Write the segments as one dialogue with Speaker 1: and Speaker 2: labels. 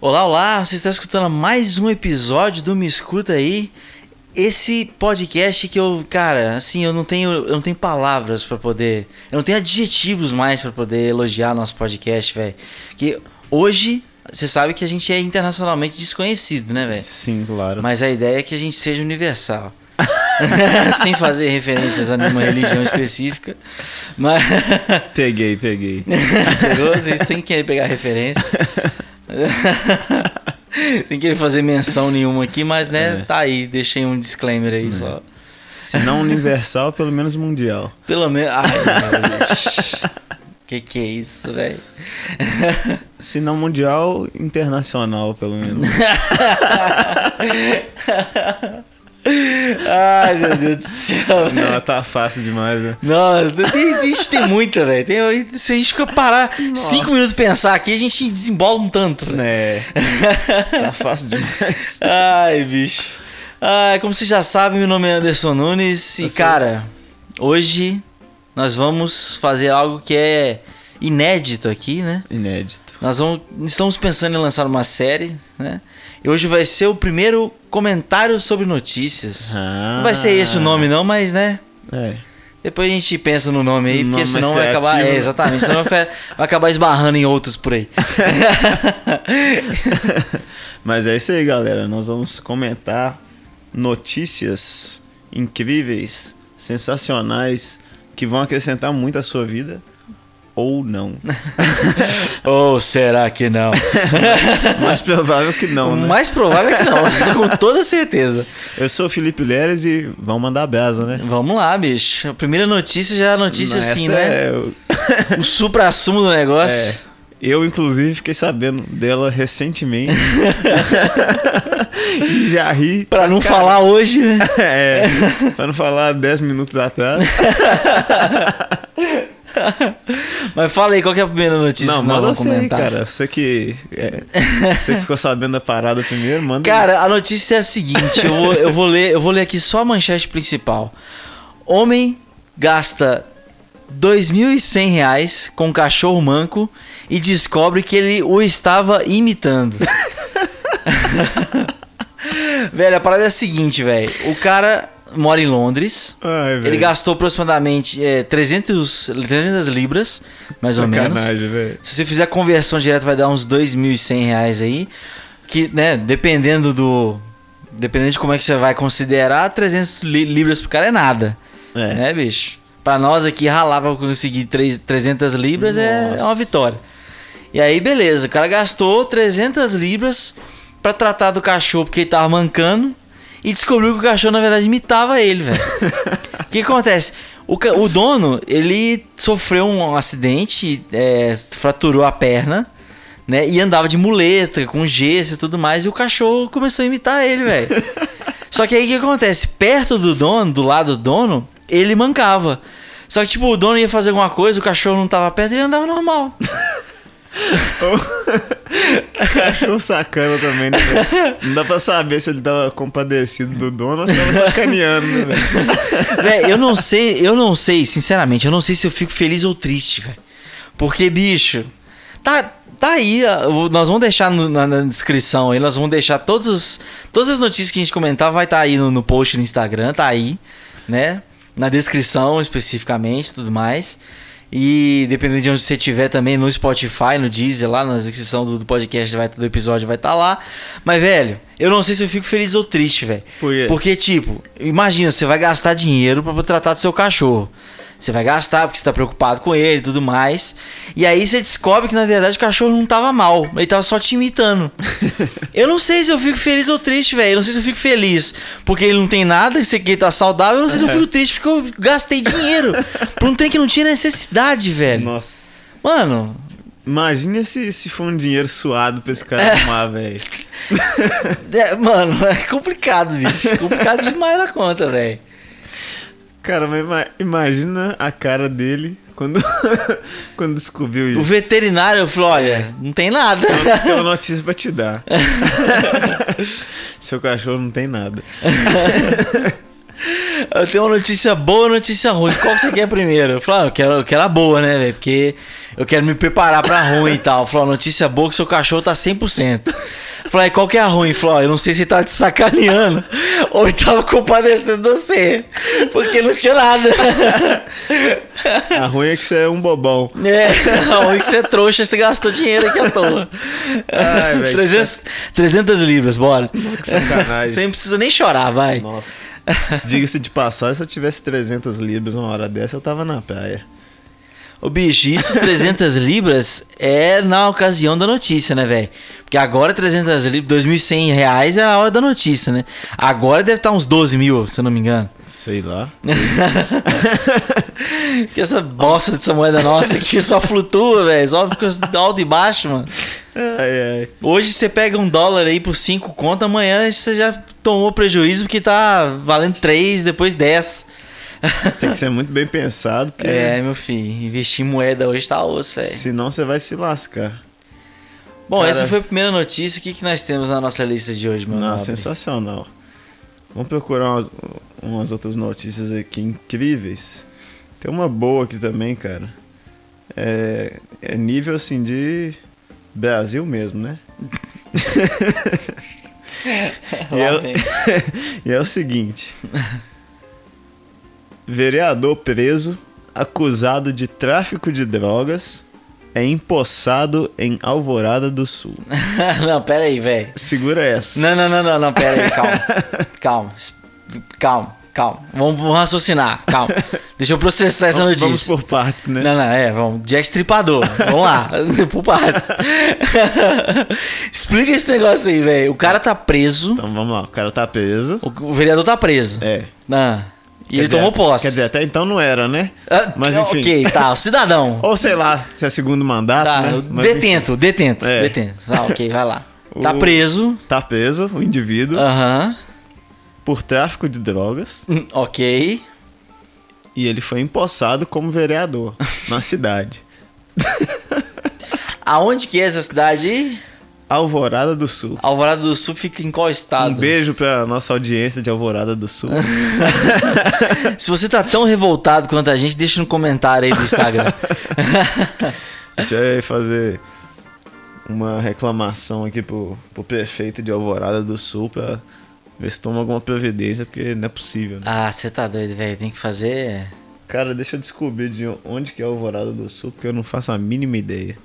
Speaker 1: Olá, olá! Você está escutando mais um episódio do Me Escuta aí. Esse podcast que eu, cara, assim, eu não tenho, eu não tenho palavras pra poder, eu não tenho adjetivos mais pra poder elogiar nosso podcast, velho. Que hoje você sabe que a gente é internacionalmente desconhecido, né, velho?
Speaker 2: Sim, claro.
Speaker 1: Mas a ideia é que a gente seja universal. Sem fazer referências a nenhuma religião específica. Mas
Speaker 2: Peguei, peguei.
Speaker 1: Pegou? Sem- sem querer pegar referência. sem querer fazer menção nenhuma aqui, mas né,
Speaker 2: É.
Speaker 1: tá aí, deixei um disclaimer aí só.
Speaker 2: Se não universal, pelo menos mundial.
Speaker 1: Pelo menos. Ai, meu Que que é isso, velho?
Speaker 2: Se não mundial, internacional, pelo menos.
Speaker 1: Ai, meu Deus do céu, velho.
Speaker 2: não, tá fácil demais, né?
Speaker 1: Nossa, tem, tem- isso tem muita, velho. Tem- Se a gente fica parar cinco minutos pensar aqui, a gente desembola um tanto, né?
Speaker 2: É. Tá fácil demais.
Speaker 1: Ai, bicho. Ai, como vocês já sabem, meu nome é Anderson Nunes.
Speaker 2: Eu
Speaker 1: E,
Speaker 2: sou.
Speaker 1: cara, hoje nós vamos fazer algo que é inédito aqui, né?
Speaker 2: Inédito.
Speaker 1: Nós vamos, estamos pensando em lançar uma série, né? E hoje vai ser o primeiro comentário sobre notícias.
Speaker 2: Ah.
Speaker 1: Não vai ser esse o nome, não, mas, né?
Speaker 2: É.
Speaker 1: Depois a gente pensa no nome aí,
Speaker 2: Um
Speaker 1: porque
Speaker 2: nome mais
Speaker 1: senão vai acabar.
Speaker 2: criativo.
Speaker 1: É, exatamente, senão vai, ficar- vai acabar esbarrando em outros por aí.
Speaker 2: Mas é isso aí, galera. Nós vamos comentar notícias incríveis, sensacionais, que vão acrescentar muito à sua vida. Ou não.
Speaker 1: Ou será que não?
Speaker 2: Mais provável que não,
Speaker 1: o
Speaker 2: né?
Speaker 1: mais provável é que não, com toda certeza.
Speaker 2: Eu sou o Felipe Leres e vão mandar brasa, né?
Speaker 1: Vamos lá, bicho. A primeira notícia já é notícia
Speaker 2: Não,
Speaker 1: assim,
Speaker 2: essa
Speaker 1: né?
Speaker 2: é o-
Speaker 1: O supra-sumo do negócio.
Speaker 2: É. Eu, inclusive, fiquei sabendo dela recentemente. E já ri.
Speaker 1: Pra não falar hoje, né?
Speaker 2: É, pra não falar 10 minutos atrás.
Speaker 1: Mas fala aí, qual que é a primeira notícia?
Speaker 2: não,
Speaker 1: que nós
Speaker 2: manda
Speaker 1: vamos
Speaker 2: você aí,
Speaker 1: comentar.
Speaker 2: cara. Você que. é, você que ficou sabendo da parada primeiro, manda.
Speaker 1: Cara, a notícia é a seguinte, eu vou, eu vou ler, eu vou ler aqui só a manchete principal. Homem gasta R$ 2.100 reais com um cachorro manco e descobre que ele o estava imitando. velho, a parada é a seguinte, velho. O cara mora em Londres.
Speaker 2: Ai,
Speaker 1: Ele
Speaker 2: velho.
Speaker 1: gastou aproximadamente eh, 300, 300 libras, mais ou menos.
Speaker 2: Sacanagem, velho.
Speaker 1: Se você fizer a conversão direta, vai dar uns 2.100 reais aí. Que, né, dependendo do. Dependendo de como é que você vai considerar, 300 li- libras pro cara é nada.
Speaker 2: É.
Speaker 1: Né, bicho? Pra nós aqui, ralar pra conseguir três- 300 libras é
Speaker 2: Nossa.
Speaker 1: uma vitória. E aí, beleza, o cara gastou 300 libras pra tratar do cachorro porque ele tava mancando. E descobriu que o cachorro, na verdade, imitava ele, velho. O que acontece? O, ca- o dono, ele sofreu um acidente, é, fraturou a perna, né? E andava de muleta, com gesso e tudo mais, e o cachorro começou a imitar ele, velho. Só que aí o que acontece? Perto do dono, do lado do dono, ele mancava. Só que, tipo, o dono ia fazer alguma coisa, o cachorro não tava perto, ele andava normal.
Speaker 2: Cachorro sacana também, né, velho? Não dá pra saber se ele tava compadecido do dono ou se tava sacaneando, né, velho?
Speaker 1: Véi, eu não sei, eu não sei, sinceramente, eu não sei se eu fico feliz ou triste, velho. Porque, bicho, tá, tá aí, ah, o- nós vamos deixar no- na, na descrição aí, nós vamos deixar todos os, todas as notícias que a gente comentar, vai estar aí no, no post no Instagram, tá aí, né? Na descrição especificamente, tudo mais. E dependendo de onde você estiver também, no Spotify, no Deezer, lá na descrição do, do podcast, vai, do episódio vai estar lá. Mas, velho, eu não sei se eu fico feliz ou triste, velho.
Speaker 2: Por quê?
Speaker 1: Porque, tipo, imagina, você vai gastar dinheiro pra tratar do seu cachorro. Você vai gastar porque você tá preocupado com ele e tudo mais. E aí você descobre que, na verdade, o cachorro não tava mal. Ele tava só te imitando. eu não sei se eu fico feliz ou triste, velho. Eu não sei se eu fico feliz porque ele não tem nada, esse aqui tá saudável. Eu não sei se eu fico triste porque eu gastei dinheiro pra um trem que não tinha necessidade, velho.
Speaker 2: Nossa.
Speaker 1: Mano,
Speaker 2: Imagina se, se for um dinheiro suado pra esse cara tomar, velho.
Speaker 1: é- mano, é complicado, bicho. É complicado demais na conta, velho.
Speaker 2: Cara, mas ima- imagina a cara dele quando, quando descobriu isso.
Speaker 1: O veterinário falou: olha, não tem nada.
Speaker 2: Eu tenho uma notícia pra te dar. Seu cachorro não tem nada.
Speaker 1: Eu tenho uma notícia boa e notícia ruim. Qual você quer primeiro? Eu falo, ah, eu quero, eu quero a boa, né, velho? Porque eu quero me preparar pra ruim e tal. Eu falo, ah, notícia boa que seu cachorro tá 100%. Eu falo, ah, e qual que é a ruim? Eu falo, ah, eu não sei se ele tava te sacaneando ou ele tava compadecendo de você. Porque não tinha nada.
Speaker 2: A ruim é que você é um bobão.
Speaker 1: É, a ruim que você é trouxa, você gastou dinheiro aqui à toa.
Speaker 2: Ai, velho, que
Speaker 1: 300, 300 libras, bora.
Speaker 2: Que sacanagem.
Speaker 1: Você não precisa nem chorar, vai.
Speaker 2: Nossa. Diga-se de passagem, se eu tivesse 300 libras uma hora dessa, eu tava na praia.
Speaker 1: Ô bicho, isso 300 libras é na ocasião da notícia, né, velho? Porque agora 300 libras, 2.100 reais é a hora da notícia, né? Agora deve estar uns 12 mil, se eu não me engano.
Speaker 2: Sei lá.
Speaker 1: Que essa bosta dessa moeda nossa aqui só flutua, velho. Só fica alto e baixo, mano.
Speaker 2: Ai, ai.
Speaker 1: Hoje você pega um dólar aí por 5 conto, amanhã você já tomou prejuízo porque tá valendo 3, depois 10.
Speaker 2: Tem que ser muito bem pensado, porque
Speaker 1: É, meu filho, investir em moeda hoje tá osso, velho.
Speaker 2: senão você vai se lascar.
Speaker 1: Bom,
Speaker 2: cara-
Speaker 1: essa foi a primeira notícia. O que, que nós temos na nossa lista de hoje, meu
Speaker 2: Não,
Speaker 1: nobre?
Speaker 2: sensacional. Vamos procurar umas, umas outras notícias aqui incríveis. Tem uma boa aqui também, cara. É, é nível assim de Brasil mesmo, né? E
Speaker 1: Lá
Speaker 2: é o-
Speaker 1: vem.
Speaker 2: e é o seguinte: vereador preso acusado de tráfico de drogas é empossado em Alvorada do Sul.
Speaker 1: não, pera aí, velho.
Speaker 2: Segura essa.
Speaker 1: Não, não, não, não, não, pera aí, calma. calma. es- Calma, calma. Vamos, vamos raciocinar, calma. Deixa eu processar essa
Speaker 2: Vamos-
Speaker 1: notícia.
Speaker 2: Vamos por partes, né?
Speaker 1: Não, não, é, vamos. Jack Stripador. Vamos lá. Por partes. Explica esse negócio aí, velho. O cara tá preso.
Speaker 2: Então vamos lá, o cara tá preso.
Speaker 1: O, o vereador tá preso.
Speaker 2: É.
Speaker 1: Ah, e
Speaker 2: Quer
Speaker 1: ele
Speaker 2: dizer,
Speaker 1: tomou posse.
Speaker 2: Quer dizer, até então não era, né?
Speaker 1: Ah,
Speaker 2: Mas enfim.
Speaker 1: Ok, tá. O cidadão.
Speaker 2: Ou sei lá, se é segundo mandato,
Speaker 1: tá,
Speaker 2: né?
Speaker 1: o
Speaker 2: Mas,
Speaker 1: detento, detento,
Speaker 2: É.
Speaker 1: detento. Tá, ok, vai lá. Tá
Speaker 2: O-
Speaker 1: preso.
Speaker 2: enfim, Tá preso o indivíduo
Speaker 1: Ah. Aham.
Speaker 2: por tráfico de drogas
Speaker 1: Hum, Ok.
Speaker 2: e ele foi empossado como vereador na cidade.
Speaker 1: Aonde que é essa cidade aí?
Speaker 2: Alvorada do Sul.
Speaker 1: Alvorada do Sul fica em qual
Speaker 2: Um
Speaker 1: estado?
Speaker 2: beijo pra nossa audiência de Alvorada do Sul.
Speaker 1: Se você tá tão revoltado quanto a gente, deixa no comentário aí do Instagram.
Speaker 2: A gente vai fazer uma reclamação aqui pro, pro prefeito de Alvorada do Sul pra ver se toma alguma providência, porque não é possível, né?
Speaker 1: ah, você tá doido, velho. Tem que fazer.
Speaker 2: Cara, deixa eu descobrir de onde que é Alvorada do Sul, porque eu não faço a mínima ideia.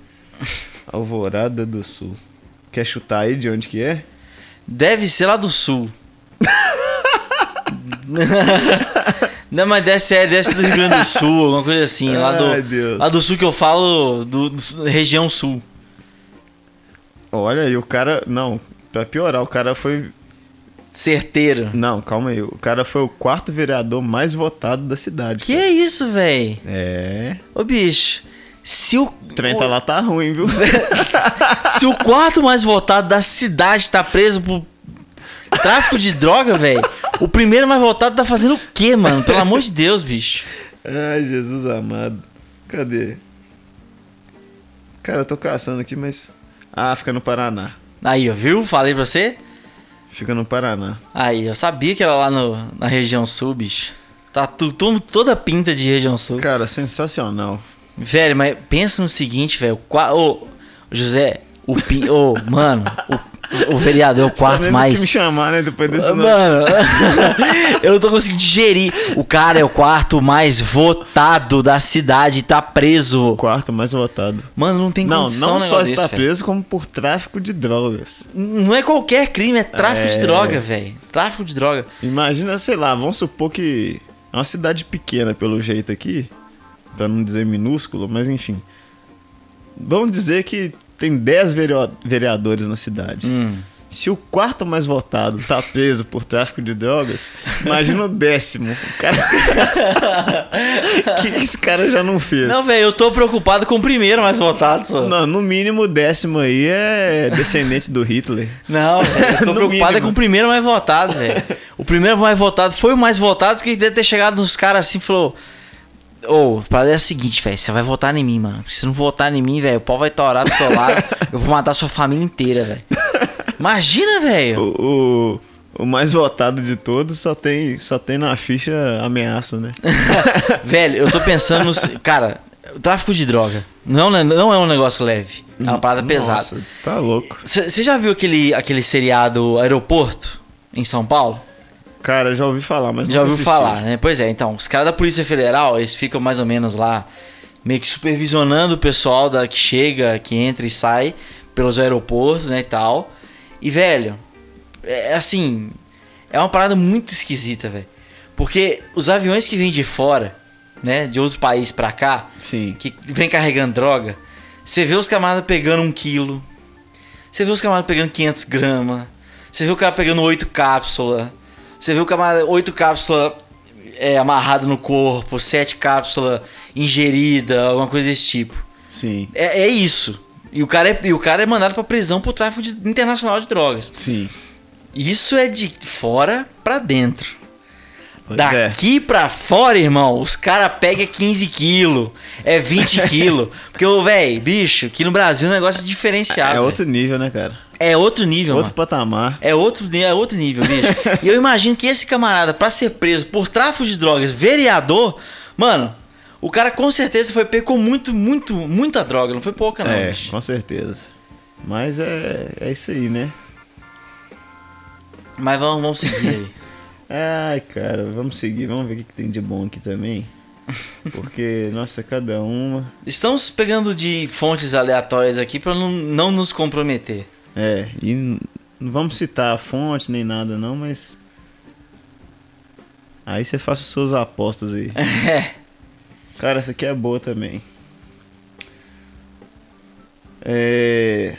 Speaker 2: Alvorada do Sul. Quer chutar aí de onde que é?
Speaker 1: Deve ser lá do sul. Não, mas deve ser, deve ser do Rio Grande do Sul, alguma coisa assim. Lá do,
Speaker 2: Ai, Deus.
Speaker 1: Lá do sul que eu falo, do, do sul- região sul.
Speaker 2: Olha, e o cara... Não, pra piorar, o cara foi...
Speaker 1: Certeiro.
Speaker 2: Não, calma aí. O cara foi o quarto vereador mais votado da cidade.
Speaker 1: Que é isso, velho?
Speaker 2: cara. É...
Speaker 1: Ô, bicho. Se o,
Speaker 2: O trem tá lá tá ruim, viu?
Speaker 1: se o quarto mais votado da cidade tá preso por tráfico de droga, velho, o primeiro mais votado tá fazendo o quê, mano? Pelo amor de Deus, bicho.
Speaker 2: Ai, Jesus amado. Cadê? Cara, eu tô caçando aqui, mas. Ah, fica no Paraná.
Speaker 1: Aí, ó, viu? Falei pra você.
Speaker 2: Fica no Paraná.
Speaker 1: Aí, eu sabia que era lá no, na região sul, bicho. Tá tu, tu- toda pinta de região sul.
Speaker 2: Cara, sensacional.
Speaker 1: Velho, mas pensa no seguinte, velho. o qua- Ô, José, o pin... Ô, mano, o, o vereador é o
Speaker 2: Só
Speaker 1: quarto
Speaker 2: lembra
Speaker 1: mais...
Speaker 2: que me chamar, né? Depois desse
Speaker 1: Ah, Mano, eu não tô conseguindo digerir. O cara é o quarto mais votado da cidade e tá preso.
Speaker 2: O quarto mais votado.
Speaker 1: Mano, não tem
Speaker 2: Não,
Speaker 1: condição
Speaker 2: não
Speaker 1: um
Speaker 2: só
Speaker 1: negócio
Speaker 2: está
Speaker 1: desse, velho.
Speaker 2: preso, como por tráfico de drogas.
Speaker 1: Não é qualquer crime, é tráfico de
Speaker 2: É.
Speaker 1: droga, velho. Tráfico de droga.
Speaker 2: Imagina, sei lá, vamos supor que. É uma cidade pequena, pelo jeito aqui. Pra não dizer minúsculo, mas enfim. Vamos dizer que tem 10 vereo- vereadores na cidade.
Speaker 1: Hum.
Speaker 2: Se o quarto mais votado tá preso por tráfico de drogas, imagina o décimo. O cara... O que, que esse cara já não fez?
Speaker 1: Não, velho, eu tô preocupado com o primeiro mais votado, só.
Speaker 2: Não, no mínimo o décimo aí é descendente do Hitler.
Speaker 1: Não, velho, eu tô
Speaker 2: No
Speaker 1: preocupado é
Speaker 2: mínimo.
Speaker 1: com o primeiro mais votado, velho. O primeiro mais votado foi o mais votado porque deve ter chegado nos caras assim e falou: Ô, a parada é a seguinte, velho, você vai votar em mim, mano. Porque Se não votar em mim, velho, o pau vai torar do teu lado. eu vou matar sua família inteira, velho. Imagina, velho.
Speaker 2: O, o, O mais votado de todos só tem, só tem na ficha ameaça, né?
Speaker 1: Tá Velho, eu tô pensando. nos- Cara, o tráfico de droga não, é- não é um negócio leve. É uma parada pesada.
Speaker 2: Nossa, tá louco.
Speaker 1: Você já viu aquele, aquele seriado Aeroporto em São Paulo?
Speaker 2: Cara, já ouvi falar, mas
Speaker 1: Já
Speaker 2: nunca
Speaker 1: ouviu
Speaker 2: assisti.
Speaker 1: falar, né? Pois é, então, os caras da Polícia Federal, eles ficam mais ou menos lá, meio que supervisionando o pessoal da, que chega, que entra e sai pelos aeroportos, né, e tal. E, velho, é assim, é uma parada muito esquisita, velho. Porque os aviões que vêm de fora, né, de outro país pra cá,
Speaker 2: Sim.
Speaker 1: que vem carregando droga, você vê os camaradas pegando um quilo, você vê os camaradas pegando 500 gramas, você vê o cara pegando oito cápsulas, você vê o camarada oito cápsulas é, amarrado no corpo, sete cápsulas ingerida, alguma coisa desse tipo.
Speaker 2: Sim.
Speaker 1: É, é isso. E o, cara é, e o cara é mandado pra prisão por tráfico de- internacional de drogas.
Speaker 2: Sim.
Speaker 1: Isso é de fora pra dentro.
Speaker 2: Pois é.
Speaker 1: Daqui pra fora, irmão, os cara pega 15 quilos, é 20 quilos. Porque, ô, véi, bicho, aqui no Brasil o negócio é diferenciado.
Speaker 2: É
Speaker 1: véi.
Speaker 2: outro nível, né, cara?
Speaker 1: é outro nível,
Speaker 2: outro
Speaker 1: mano.
Speaker 2: patamar.
Speaker 1: É outro, ni- é outro nível, bicho. e eu imagino que esse camarada, pra ser preso por tráfico de drogas, vereador, mano, o cara com certeza foi pegou muito, muito, muita droga. Não foi pouca, não,
Speaker 2: é,
Speaker 1: bicho.
Speaker 2: com certeza. Mas é, é isso aí, né?
Speaker 1: Mas vamos, vamos seguir aí.
Speaker 2: Ai, cara, vamos seguir, vamos ver o que, que tem de bom aqui também. Porque, nossa, cada uma.
Speaker 1: Estamos pegando de fontes aleatórias aqui pra não, não nos comprometer.
Speaker 2: É, e n- não vamos citar a fonte nem nada, não, mas. Aí você faça suas apostas aí.
Speaker 1: É.
Speaker 2: Cara, essa aqui é boa também. É.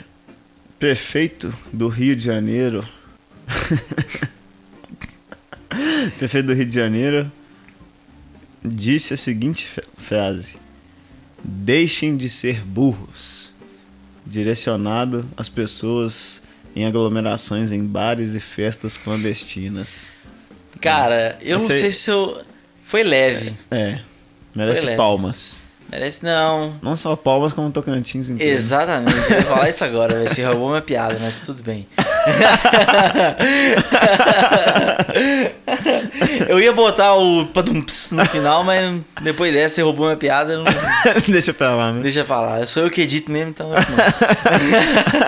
Speaker 2: Prefeito do Rio de Janeiro. Prefeito do Rio de Janeiro disse a seguinte fe- frase: Deixem de ser burros. Direcionado às pessoas em aglomerações em bares e festas clandestinas.
Speaker 1: Cara, eu não
Speaker 2: Esse aí-
Speaker 1: sei se eu. Foi leve.
Speaker 2: É, merece
Speaker 1: leve.
Speaker 2: palmas.
Speaker 1: Merece não.
Speaker 2: Não só palmas, como Tocantins inteiro.
Speaker 1: Exatamente, eu ia falar isso agora, velho. Você roubou minha piada, mas tudo bem. eu ia botar o padumps no final, mas depois dessa você roubou minha piada, eu não...
Speaker 2: Deixa pra lá, né?
Speaker 1: deixa pra lá. Eu sou eu que edito mesmo, então. eu não.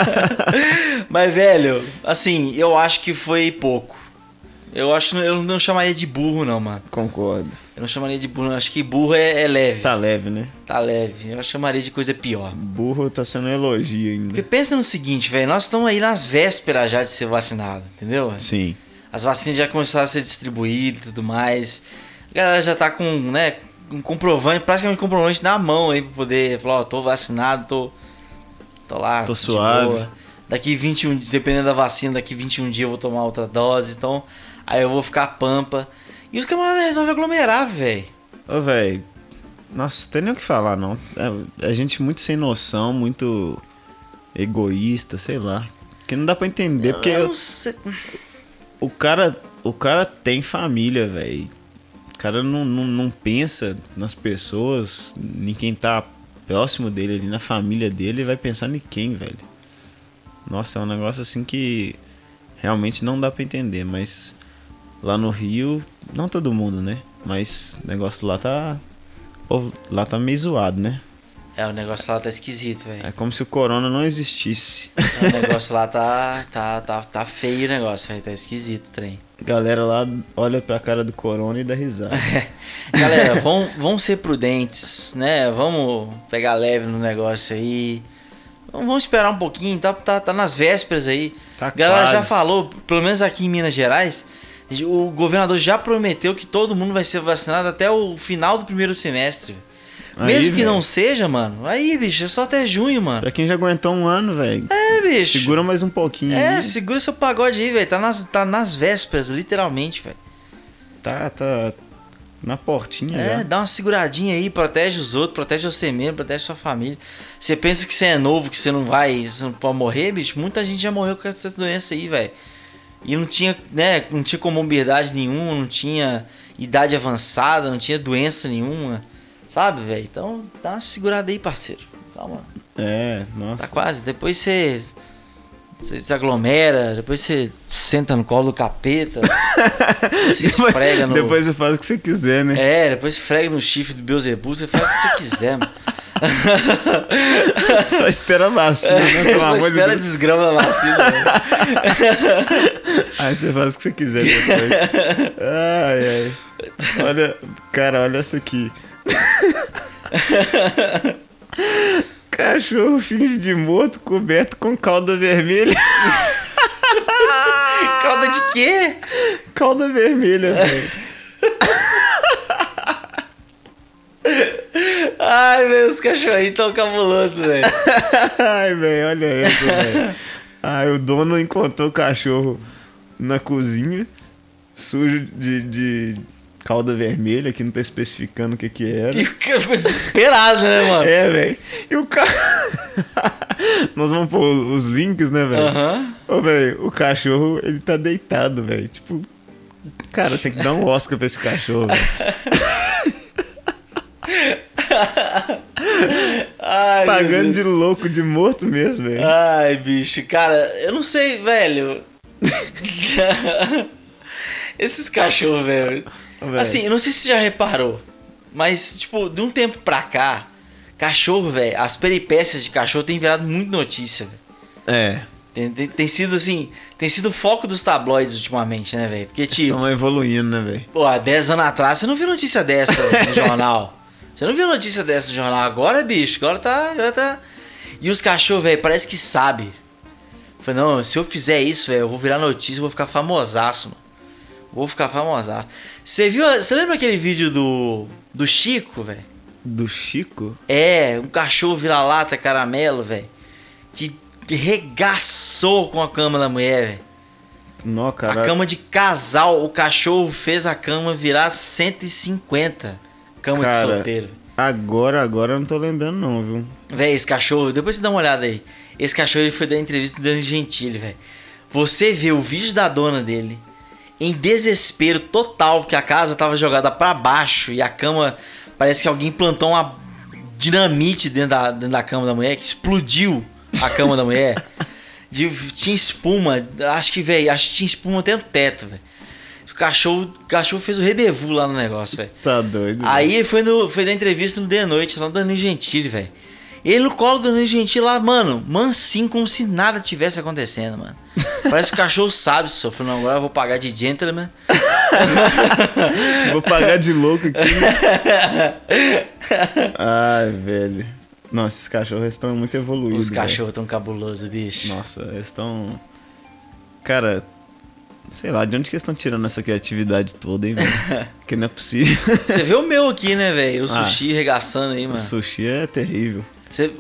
Speaker 1: mas, velho, assim, eu acho que foi pouco. Eu acho eu não chamaria de burro, não, mano.
Speaker 2: Concordo.
Speaker 1: Eu não chamaria de burro, não. Acho que burro é, é leve.
Speaker 2: Tá leve, né?
Speaker 1: Tá leve. Eu chamaria de coisa pior.
Speaker 2: Burro tá sendo um elogio ainda.
Speaker 1: Porque pensa no seguinte, velho. Nós estamos aí nas vésperas já de ser vacinado, entendeu?
Speaker 2: Sim.
Speaker 1: As vacinas já começaram a ser distribuídas e tudo mais. A galera já tá com, né, um comprovante, praticamente comprovante na mão aí pra poder falar, ó, tô vacinado, tô. Tô lá.
Speaker 2: Tô
Speaker 1: de
Speaker 2: suave.
Speaker 1: boa. Daqui 21 dias, dependendo da vacina, daqui 21 dias eu vou tomar outra dose, então. Aí eu vou ficar pampa. E os camaradas resolvem aglomerar, velho.
Speaker 2: Ô, velho. Nossa, não tem nem o que falar, não. É, é gente muito sem noção, muito egoísta, sei lá. Que não dá pra entender, É porque
Speaker 1: É, Eu
Speaker 2: eu-
Speaker 1: não sei.
Speaker 2: o cara, o cara tem família, velho. O cara não, não, não pensa nas pessoas, em quem tá próximo dele ali, na família dele, vai pensar em quem, velho. Nossa, é um negócio assim que realmente não dá pra entender, mas lá no Rio, não todo mundo, né? Mas o negócio lá tá. o povo Lá tá meio zoado, né?
Speaker 1: É, o negócio lá tá esquisito, velho.
Speaker 2: É como se o corona não existisse.
Speaker 1: O negócio lá tá, tá, tá, tá feio o negócio, velho. Tá esquisito o trem.
Speaker 2: A galera lá olha pra cara do corona e dá risada.
Speaker 1: Galera, vão, vão ser prudentes, né? Vamos pegar leve no negócio aí. Vamos vamos esperar um pouquinho, tá, tá, tá nas vésperas aí.
Speaker 2: Tá
Speaker 1: Galera já
Speaker 2: quase.
Speaker 1: falou, pelo menos aqui em Minas Gerais, o governador já prometeu que todo mundo vai ser vacinado até o final do primeiro semestre.
Speaker 2: Aí,
Speaker 1: Mesmo que
Speaker 2: velho.
Speaker 1: não seja, mano, aí, bicho, é só até junho, mano.
Speaker 2: Pra quem já aguentou um ano, velho.
Speaker 1: É, bicho.
Speaker 2: Segura mais um pouquinho.
Speaker 1: É,
Speaker 2: aí.
Speaker 1: segura seu pagode aí, velho. Tá nas, tá nas vésperas, literalmente, velho.
Speaker 2: Tá, tá na portinha
Speaker 1: É,
Speaker 2: já.
Speaker 1: dá uma seguradinha aí, protege os outros, protege você mesmo, protege sua família. Você pensa que você é novo, que você não vai, você não pode morrer, bicho? Muita gente já morreu com essa doença aí, velho. E não tinha, né, não tinha comorbidade nenhuma, não tinha idade avançada, não tinha doença nenhuma, sabe, velho? Então dá uma segurada aí, parceiro. Calma,
Speaker 2: É, nossa.
Speaker 1: tá quase. Depois Tá você Você desaglomera, depois você senta no colo do capeta, se esfrega no.
Speaker 2: Depois você faz o que você quiser, né?
Speaker 1: É, depois esfrega no chifre do Beuzebu, você faz o que você quiser, mano.
Speaker 2: Só espera a vacina, né? Pelo
Speaker 1: É. Só
Speaker 2: amor de
Speaker 1: espera
Speaker 2: Deus.
Speaker 1: desgrama da vacina. né?
Speaker 2: Aí você faz o que você quiser depois. ai, ai. Olha, cara, olha essa aqui. Cachorro finge de morto coberto com calda vermelha.
Speaker 1: Calda de quê?
Speaker 2: Calda vermelha, velho.
Speaker 1: Ai, meu, os cachorrinhos tão cabulosos, velho.
Speaker 2: Ai, velho, olha essa, velho. Ai, o dono encontrou o cachorro na cozinha, sujo de, de calda vermelha, que não tá especificando o que que era.
Speaker 1: E o cara ficou desesperado, né, mano?
Speaker 2: É, velho. E o cara. Nós vamos pôr os links, né, velho?
Speaker 1: Aham.
Speaker 2: Ô, velho, o cachorro, ele tá deitado, velho. Tipo. Cara, tem que dar um Oscar pra esse cachorro, velho.
Speaker 1: Ai, meu
Speaker 2: Pagando
Speaker 1: Deus.
Speaker 2: de louco, de morto mesmo, velho.
Speaker 1: Ai, bicho, cara, eu não sei, velho. Esses cachorros, velho.
Speaker 2: Velho.
Speaker 1: Assim, eu não sei se você já reparou, mas, tipo, de um tempo pra cá, cachorro, velho, as peripécias de cachorro tem virado muito notícia, velho.
Speaker 2: É.
Speaker 1: Tem, tem- tem sido, assim, tem sido o foco dos tabloides ultimamente, né, velho? Porque, tipo,
Speaker 2: Estamos evoluindo, né, velho?
Speaker 1: pô, há 10 anos atrás você não viu notícia dessa no jornal. Você não viu notícia dessa no jornal. Agora, bicho, agora tá. Agora tá... E os cachorros, velho, parece que sabe. Falei, não, se eu fizer isso, velho, eu vou virar notícia, eu vou ficar famosaço, mano. Vou ficar famosaço. Você viu. a- Você lembra aquele vídeo do. do Chico, velho?
Speaker 2: Do Chico?
Speaker 1: É, um cachorro vira-lata caramelo, velho. Que regaçou com a cama da mulher, velho.
Speaker 2: Nó,
Speaker 1: A
Speaker 2: cara.
Speaker 1: cama de casal, o cachorro fez a cama virar 150. Cama
Speaker 2: Cara.
Speaker 1: de solteiro.
Speaker 2: Agora, agora eu não tô lembrando, não, viu?
Speaker 1: Véi, esse cachorro, depois você dá uma olhada aí. Esse cachorro ele foi dar entrevista do Dani Gentili, velho. Você vê o vídeo da dona dele em desespero total, porque a casa tava jogada pra baixo e a cama. Parece que alguém plantou uma dinamite dentro da, dentro da cama da mulher que explodiu a cama da mulher. De- tinha espuma, acho que, velho, acho que tinha espuma até no teto, velho. O cachorro, o cachorro fez o rendezvous lá no negócio, velho.
Speaker 2: Tá doido.
Speaker 1: Aí ele foi, no, foi dar entrevista no The Noite, lá no Danilo Gentili, velho. Ele no colo do Danilo Gentili lá, mano, mansinho, como se nada tivesse acontecendo, mano. Parece que o cachorro sabe, só. Falei, não, agora eu vou pagar de gentleman.
Speaker 2: velho. Vou pagar de louco aqui. Ai, velho. Nossa, esses cachorros estão muito evoluídos.
Speaker 1: Os
Speaker 2: velho.
Speaker 1: cachorros tão cabulosos, bicho.
Speaker 2: Nossa, eles estão. Cara, sei lá, de onde que eles estão tirando essa criatividade toda, hein, velho? que não é possível.
Speaker 1: Você vê o meu aqui, né, velho? O
Speaker 2: Ah.
Speaker 1: sushi regaçando aí,
Speaker 2: o
Speaker 1: mano.
Speaker 2: sushi é terrível.
Speaker 1: Você.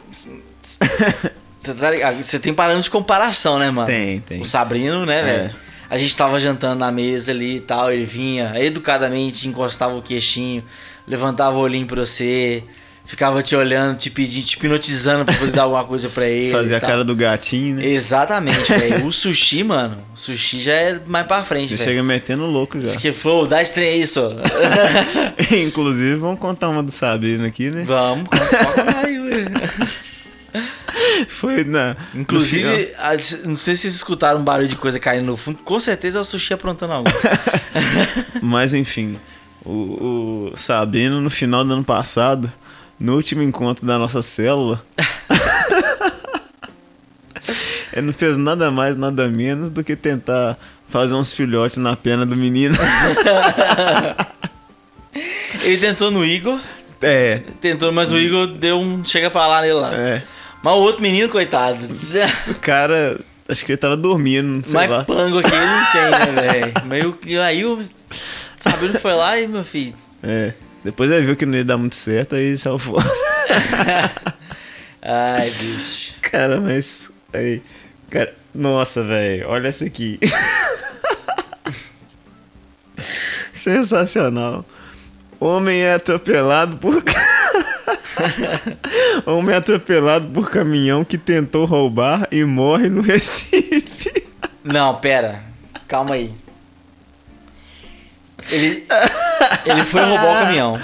Speaker 1: Você tá ligado? Você tem parâmetro de comparação, né, mano?
Speaker 2: Tem, tem.
Speaker 1: O Sabrino, né,
Speaker 2: É.
Speaker 1: velho? A gente tava jantando na mesa ali e tal, ele vinha educadamente, encostava o queixinho, levantava o olhinho pra você, ficava te olhando, te pedindo, te hipnotizando pra poder dar alguma coisa pra ele. tá-
Speaker 2: Fazer
Speaker 1: e
Speaker 2: a
Speaker 1: tal.
Speaker 2: cara do gatinho, né?
Speaker 1: Exatamente, velho. O sushi, mano, o sushi já é mais pra frente,
Speaker 2: Já
Speaker 1: velho.
Speaker 2: chega metendo louco já.
Speaker 1: Diz que falou, dá esse trem aí, só.
Speaker 2: Inclusive, vamos contar uma do Sabrina aqui, né?
Speaker 1: Vamos, coloca aí, ué.
Speaker 2: Foi na. no final.
Speaker 1: Inclusive, a- não sei se vocês escutaram um barulho de coisa caindo no fundo, com certeza é o sushi aprontando alguma.
Speaker 2: Mas enfim, o, o Sabino, no final do ano passado, no último encontro da nossa célula, ele não fez nada mais, nada menos do que tentar fazer uns filhotes na pena do menino.
Speaker 1: Ele tentou no Igor,
Speaker 2: É,
Speaker 1: tentou, mas o Igor deu um chega pra lá nele lá.
Speaker 2: é.
Speaker 1: Mas o outro menino, coitado,
Speaker 2: O cara, acho que ele tava dormindo, sei
Speaker 1: mais
Speaker 2: lá.
Speaker 1: pango aqui ele não tem, né, velho? Meio que- Aí o Sabino foi lá e, meu filho,
Speaker 2: É. Depois ele viu que não ia dar muito certo, aí saiu fora.
Speaker 1: ai, bicho.
Speaker 2: Cara, mas. Aí, cara, nossa, velho, olha essa aqui. Sensacional. Homem é atropelado por. ca- Homem é atropelado por caminhão que tentou roubar e morre no Recife.
Speaker 1: Não, pera, calma aí. Ele, ele foi roubar o caminhão.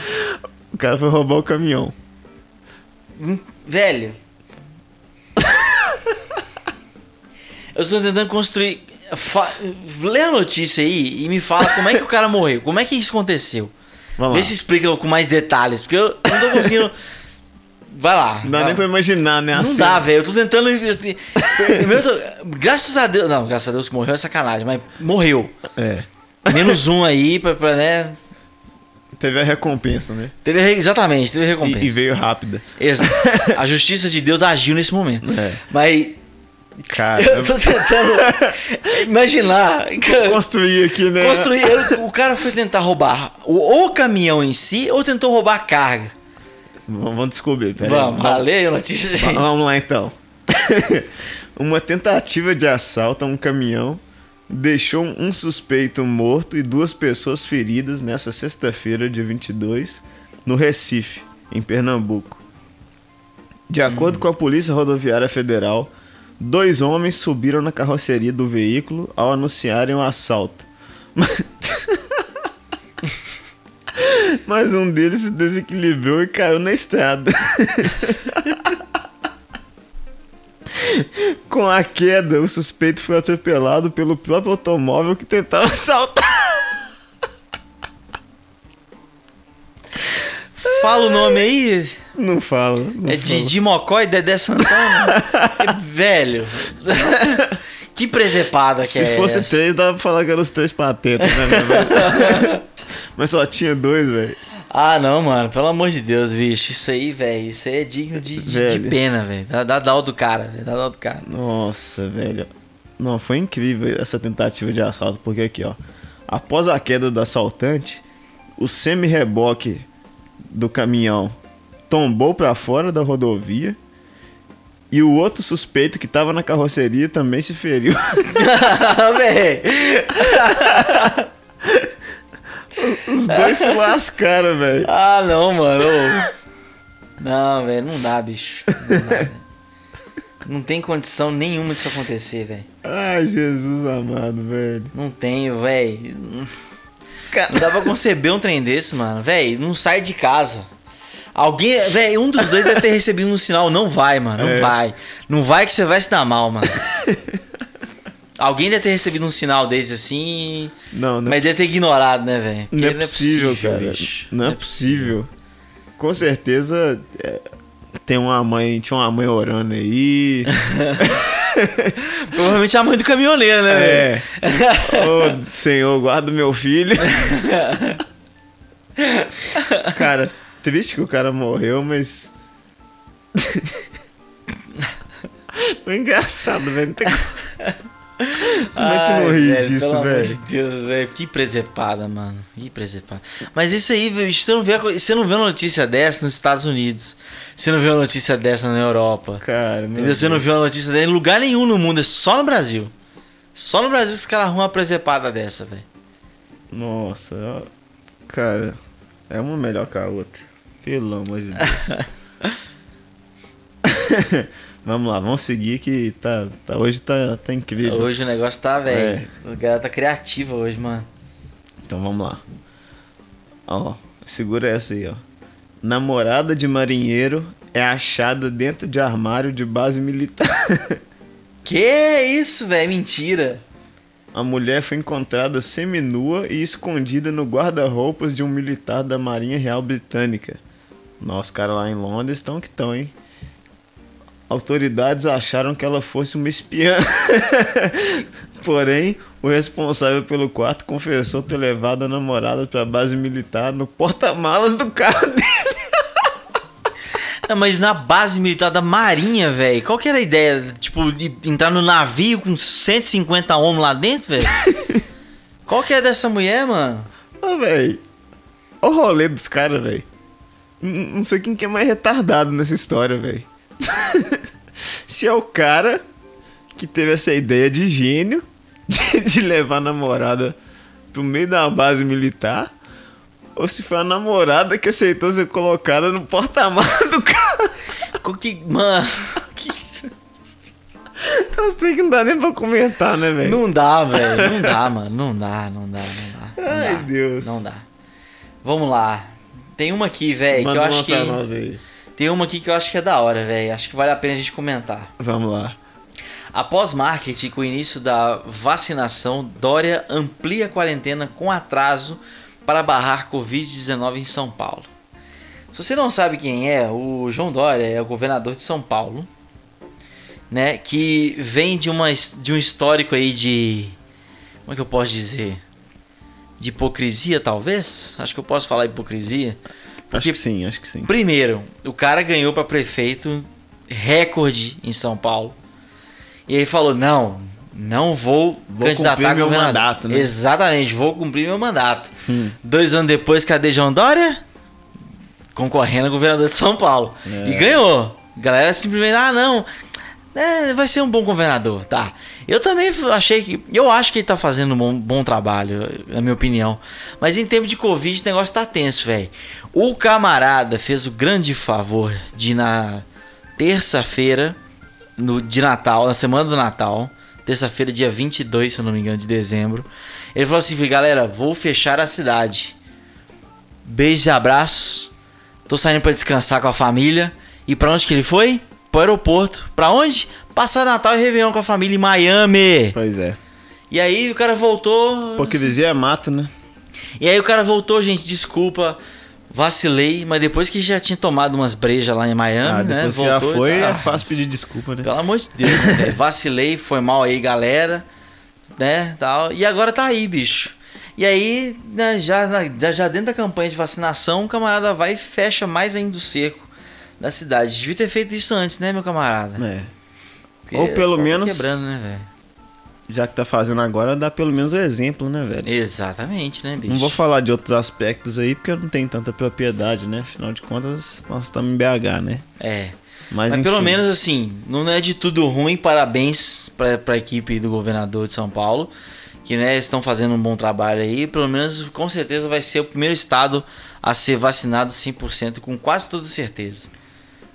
Speaker 2: O cara foi roubar o caminhão.
Speaker 1: Hum, Velho. Eu tô tentando construir. fa- Lê a notícia aí e me fala como é que o cara morreu. Como é que isso aconteceu?
Speaker 2: Vamos
Speaker 1: Vê
Speaker 2: lá.
Speaker 1: se explica com mais detalhes, porque eu não tô conseguindo. Vai lá.
Speaker 2: Não dá
Speaker 1: vai.
Speaker 2: nem pra imaginar, né? a
Speaker 1: Não
Speaker 2: cena.
Speaker 1: dá, velho. Eu tô tentando. eu te- Meu, eu tô- Graças a Deus. Não, graças a Deus que morreu é sacanagem, mas morreu.
Speaker 2: É.
Speaker 1: Menos um aí, pra, pra, né?
Speaker 2: Teve a recompensa, né?
Speaker 1: Teve, re- exatamente, teve
Speaker 2: E,
Speaker 1: recompensa.
Speaker 2: e veio rápida.
Speaker 1: Exa- A justiça de Deus agiu nesse momento.
Speaker 2: É.
Speaker 1: Mas
Speaker 2: Cara,
Speaker 1: eu tô tentando imaginar.
Speaker 2: construir aqui, né?
Speaker 1: Construir. eu- O cara foi tentar roubar o, o caminhão em si ou tentou roubar a carga?
Speaker 2: V- Vamos descobrir, peraí.
Speaker 1: Vamos, valeu a notícia.
Speaker 2: Va-
Speaker 1: gente.
Speaker 2: Vamos lá então. Uma tentativa de assalto a um caminhão deixou um suspeito morto e duas pessoas feridas nessa sexta-feira, dia 22, no Recife, em Pernambuco. De acordo com a Polícia Rodoviária Federal, dois homens subiram na carroceria do veículo ao anunciarem o assalto. Mas- Mas um deles se desequilibrou e caiu na estrada. Com a queda, o suspeito foi atropelado pelo próprio automóvel que tentava assaltar.
Speaker 1: Fala o nome aí.
Speaker 2: Não fala. não
Speaker 1: É
Speaker 2: fala.
Speaker 1: Didi Mocó e Dedé Santana? É, Velho. Que presepada que
Speaker 2: Se
Speaker 1: é
Speaker 2: fosse
Speaker 1: essa?
Speaker 2: três, dava pra falar que eram os três patetas, né, meu velho? Mas só tinha dois, velho.
Speaker 1: Ah, não, mano. Pelo amor de Deus, bicho. Isso aí, velho. Isso aí é digno de, de- de
Speaker 2: Velho.
Speaker 1: pena, velho. Dá, dá dó do cara, velho. Dá dó do cara.
Speaker 2: Nossa, velho. Não, foi incrível essa tentativa de assalto, porque aqui, ó. Após a queda do assaltante, o semi-reboque do caminhão tombou pra fora da rodovia. E o outro suspeito que tava na carroceria também se feriu.
Speaker 1: velho.
Speaker 2: Os dois se lascaram, velho.
Speaker 1: Ah, não, mano. Ô. Não, velho. Não dá, bicho. Não dá, velho. Não tem condição nenhuma disso acontecer, velho.
Speaker 2: Ai, Jesus amado, velho.
Speaker 1: Não tenho, velho. Não dá pra conceber um trem desse, mano. Véi, não sai de casa. Alguém, véi, um dos dois deve ter recebido um sinal. Não vai, mano, não
Speaker 2: É.
Speaker 1: vai. Não vai que você vai se dar mal, mano. Alguém deve ter recebido um sinal desse assim.
Speaker 2: Não, não, é
Speaker 1: Mas deve ter ignorado, né, velho? Porque
Speaker 2: não é possível, cara.
Speaker 1: bicho.
Speaker 2: Não, é possível. Com certeza é, tem uma mãe, tinha uma mãe orando aí.
Speaker 1: Provavelmente é a mãe do caminhoneiro, né, velho?
Speaker 2: é. Ô, Senhor, guarda meu filho. cara, triste que o cara morreu, mas. Foi engraçado, velho. Não tem como- Como é que
Speaker 1: Ai,
Speaker 2: não ri
Speaker 1: pelo
Speaker 2: disso,
Speaker 1: amor
Speaker 2: velho?
Speaker 1: de Deus, velho. Que presepada, mano. Que presepada. Mas isso aí, velho, você não vê, a co- você não vê uma notícia dessa nos Estados Unidos. Você não vê uma notícia dessa na Europa.
Speaker 2: Cara, meu
Speaker 1: Entendeu? Você não
Speaker 2: Deus.
Speaker 1: viu a notícia dele em lugar nenhum no mundo, é só no Brasil. Só no Brasil que os caras arrumam uma presepada dessa, velho.
Speaker 2: Nossa, ó, cara, é uma melhor que a outra. Pelo amor de Deus. vamos lá, vamos seguir que tá, tá- hoje tá, tá incrível.
Speaker 1: Hoje o negócio tá, velho.
Speaker 2: É.
Speaker 1: O cara tá criativo hoje, mano.
Speaker 2: Então vamos lá. Ó, segura essa aí, ó. Namorada de marinheiro é achada dentro de armário de base militar.
Speaker 1: Que isso, velho? Mentira.
Speaker 2: A mulher foi encontrada seminua e escondida no guarda-roupas de um militar da Marinha Real Britânica. Nossa, cara lá em Londres estão que estão, hein? Autoridades acharam que ela fosse uma espiã. Porém, o responsável pelo quarto confessou ter levado a namorada para a base militar no porta-malas do carro dele.
Speaker 1: Ah, mas na base militar da Marinha, velho, qual que era a ideia? Tipo, de entrar no navio com 150 homens lá dentro, velho? qual que é dessa mulher, mano?
Speaker 2: Ô, velho. Olha o rolê dos caras, velho. N- Não sei quem que é mais retardado nessa história, velho. Se é o cara que teve essa ideia de gênio de, de levar a namorada pro meio da base militar, ou se foi a namorada que aceitou ser colocada no porta-malas do cara.
Speaker 1: Qual que. Mano. que-
Speaker 2: Então você tem que não dá nem pra comentar, né, velho?
Speaker 1: Não dá, velho. Não dá, mano. Não dá, não dá, não dá. Não
Speaker 2: Ai,
Speaker 1: dá.
Speaker 2: Deus.
Speaker 1: Não dá. Vamos lá. Tem uma aqui, velho, é que
Speaker 2: Manda
Speaker 1: eu
Speaker 2: uma
Speaker 1: acho que.
Speaker 2: pra nós aí.
Speaker 1: Tem uma aqui que eu acho que é da hora, velho. Acho que vale a pena a gente comentar.
Speaker 2: Vamos lá.
Speaker 1: Após marketing com o início da vacinação, Dória amplia a quarentena com atraso para barrar Covid-19 em São Paulo. Se você não sabe quem é, o João Dória é o governador de São Paulo, né? Que vem de, uma, de um histórico aí de. Como é que eu posso dizer? De hipocrisia, talvez? Acho que eu posso falar hipocrisia.
Speaker 2: Acho que sim, acho que sim.
Speaker 1: Primeiro, o cara ganhou para prefeito recorde em São Paulo. E aí falou: não, não vou,
Speaker 2: Vou
Speaker 1: candidatar a
Speaker 2: cumprir meu
Speaker 1: governador.
Speaker 2: mandato, né? Hum.
Speaker 1: Exatamente, vou cumprir meu mandato. Dois anos depois, cadê João Dória? Concorrendo a governador de São Paulo.
Speaker 2: É.
Speaker 1: E ganhou. Galera simplesmente, ah, não. é, vai ser um bom governador, tá? Eu também f- achei que. Eu acho que ele tá fazendo um bom, bom trabalho, na minha opinião. Mas em tempo de Covid, o negócio tá tenso, velho. O camarada fez o grande favor de ir na terça-feira no, de Natal, na semana do Natal, terça-feira, dia 22, se eu não me engano, de dezembro. Ele falou assim: galera, vou fechar a cidade. Beijos e abraços. Tô saindo pra descansar com a família. E pra onde que ele foi? Pro aeroporto. Pra onde? Passar Natal e Réveillon com a família em Miami.
Speaker 2: Pois é.
Speaker 1: E aí o cara voltou.
Speaker 2: Hipocrisia é mato, né?
Speaker 1: E aí o cara voltou, gente, desculpa. Vacilei, mas depois que já tinha tomado umas brejas lá em Miami,
Speaker 2: Ah,
Speaker 1: né?
Speaker 2: depois que já
Speaker 1: voltou e
Speaker 2: foi,
Speaker 1: tal.
Speaker 2: é fácil pedir desculpa, né?
Speaker 1: Pelo amor de Deus, né, velho? vacilei, foi mal aí, galera, né, tal. E agora tá aí, bicho. E aí, né, já, na- já, já dentro da campanha de vacinação, o camarada vai e fecha mais ainda o cerco da cidade. Devia ter feito isso antes, né, meu camarada?
Speaker 2: É.
Speaker 1: Porque
Speaker 2: Ou pelo
Speaker 1: tava
Speaker 2: menos-
Speaker 1: Quebrando, né,
Speaker 2: Já que tá fazendo agora, dá pelo menos o exemplo, né, velho?
Speaker 1: velho? Exatamente, né, bicho?
Speaker 2: Não vou falar de outros aspectos aí, porque eu não tenho tanta propriedade, né? Afinal de contas, nós estamos em BH, né?
Speaker 1: É.
Speaker 2: Mas,
Speaker 1: Mas, pelo
Speaker 2: enfim.
Speaker 1: menos assim, não é de tudo ruim. Parabéns pra, pra equipe do governador de São Paulo, que né, estão fazendo um bom trabalho aí. Pelo menos, com certeza, vai ser o primeiro estado a ser vacinado 100%, com quase toda certeza.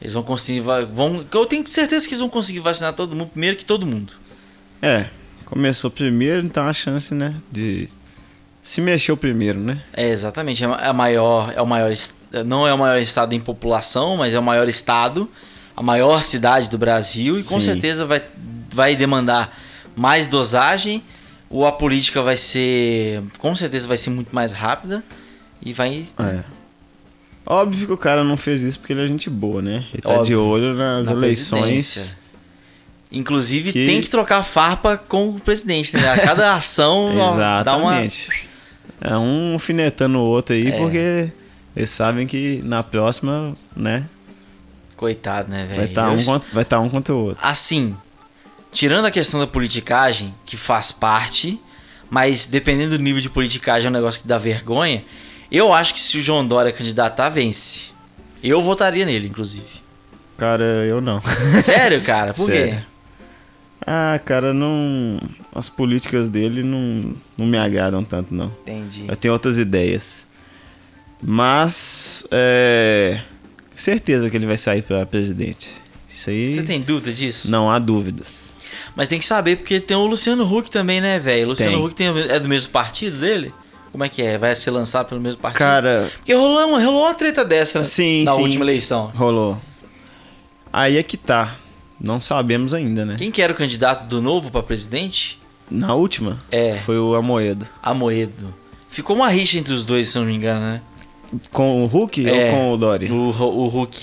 Speaker 1: Eles vão conseguir. va- Vão, eu tenho certeza que eles vão conseguir vacinar todo mundo, primeiro que todo mundo.
Speaker 2: É, começou primeiro, então a chance, né? De. Se mexeu primeiro, né?
Speaker 1: É, exatamente. É ma- é a maior, é o maior, es- não é o maior estado em população, mas é o maior estado, a maior cidade do Brasil e com
Speaker 2: Sim.
Speaker 1: certeza vai, vai demandar mais dosagem. Ou a política vai ser, com certeza vai ser muito mais rápida e vai
Speaker 2: É. Óbvio que o cara não fez isso porque ele é gente boa, né? Ele tá de
Speaker 1: Óbvio.
Speaker 2: olho nas
Speaker 1: na
Speaker 2: eleições.
Speaker 1: presidência. Inclusive
Speaker 2: que-
Speaker 1: tem que trocar farpa com o presidente, né? A cada ação ó, dá uma
Speaker 2: Exatamente. É um alfinetando o outro aí,
Speaker 1: É.
Speaker 2: porque eles sabem que na próxima, né?
Speaker 1: coitado, né, velho?
Speaker 2: Vai estar um,
Speaker 1: Eu
Speaker 2: cont- vai tá um contra o outro.
Speaker 1: assim, tirando a questão da politicagem, que faz parte, mas dependendo do nível de politicagem é um negócio que dá vergonha, eu acho que se o João Dória candidatar, vence. Eu votaria nele, inclusive.
Speaker 2: Cara, eu não.
Speaker 1: Sério, cara? Por quê?
Speaker 2: Sério. Ah, cara, não. As políticas dele não, não me agradam tanto, não.
Speaker 1: Entendi.
Speaker 2: Eu tenho outras ideias. Mas. É. Certeza que ele vai sair pra presidente. Isso aí.
Speaker 1: Você tem dúvida disso?
Speaker 2: Não há dúvidas.
Speaker 1: Mas tem que saber, porque tem o Luciano Huck também, né, velho? O Luciano
Speaker 2: Tem.
Speaker 1: Huck tem- é do mesmo partido dele? Como é que é? Vai ser lançado pelo mesmo partido?
Speaker 2: Cara,
Speaker 1: Porque rolou uma, rolou uma treta dessa
Speaker 2: Sim,
Speaker 1: na
Speaker 2: sim.
Speaker 1: última eleição.
Speaker 2: rolou. Aí é que tá. Não sabemos ainda, né?
Speaker 1: Quem que era o candidato do novo pra presidente?
Speaker 2: Na última,
Speaker 1: É.
Speaker 2: foi o Amoedo.
Speaker 1: Amoedo. Ficou uma rixa entre os dois, se eu não me engano, né?
Speaker 2: Com o Hulk
Speaker 1: É.
Speaker 2: ou com o Dory?
Speaker 1: O, Ro- o Hulk.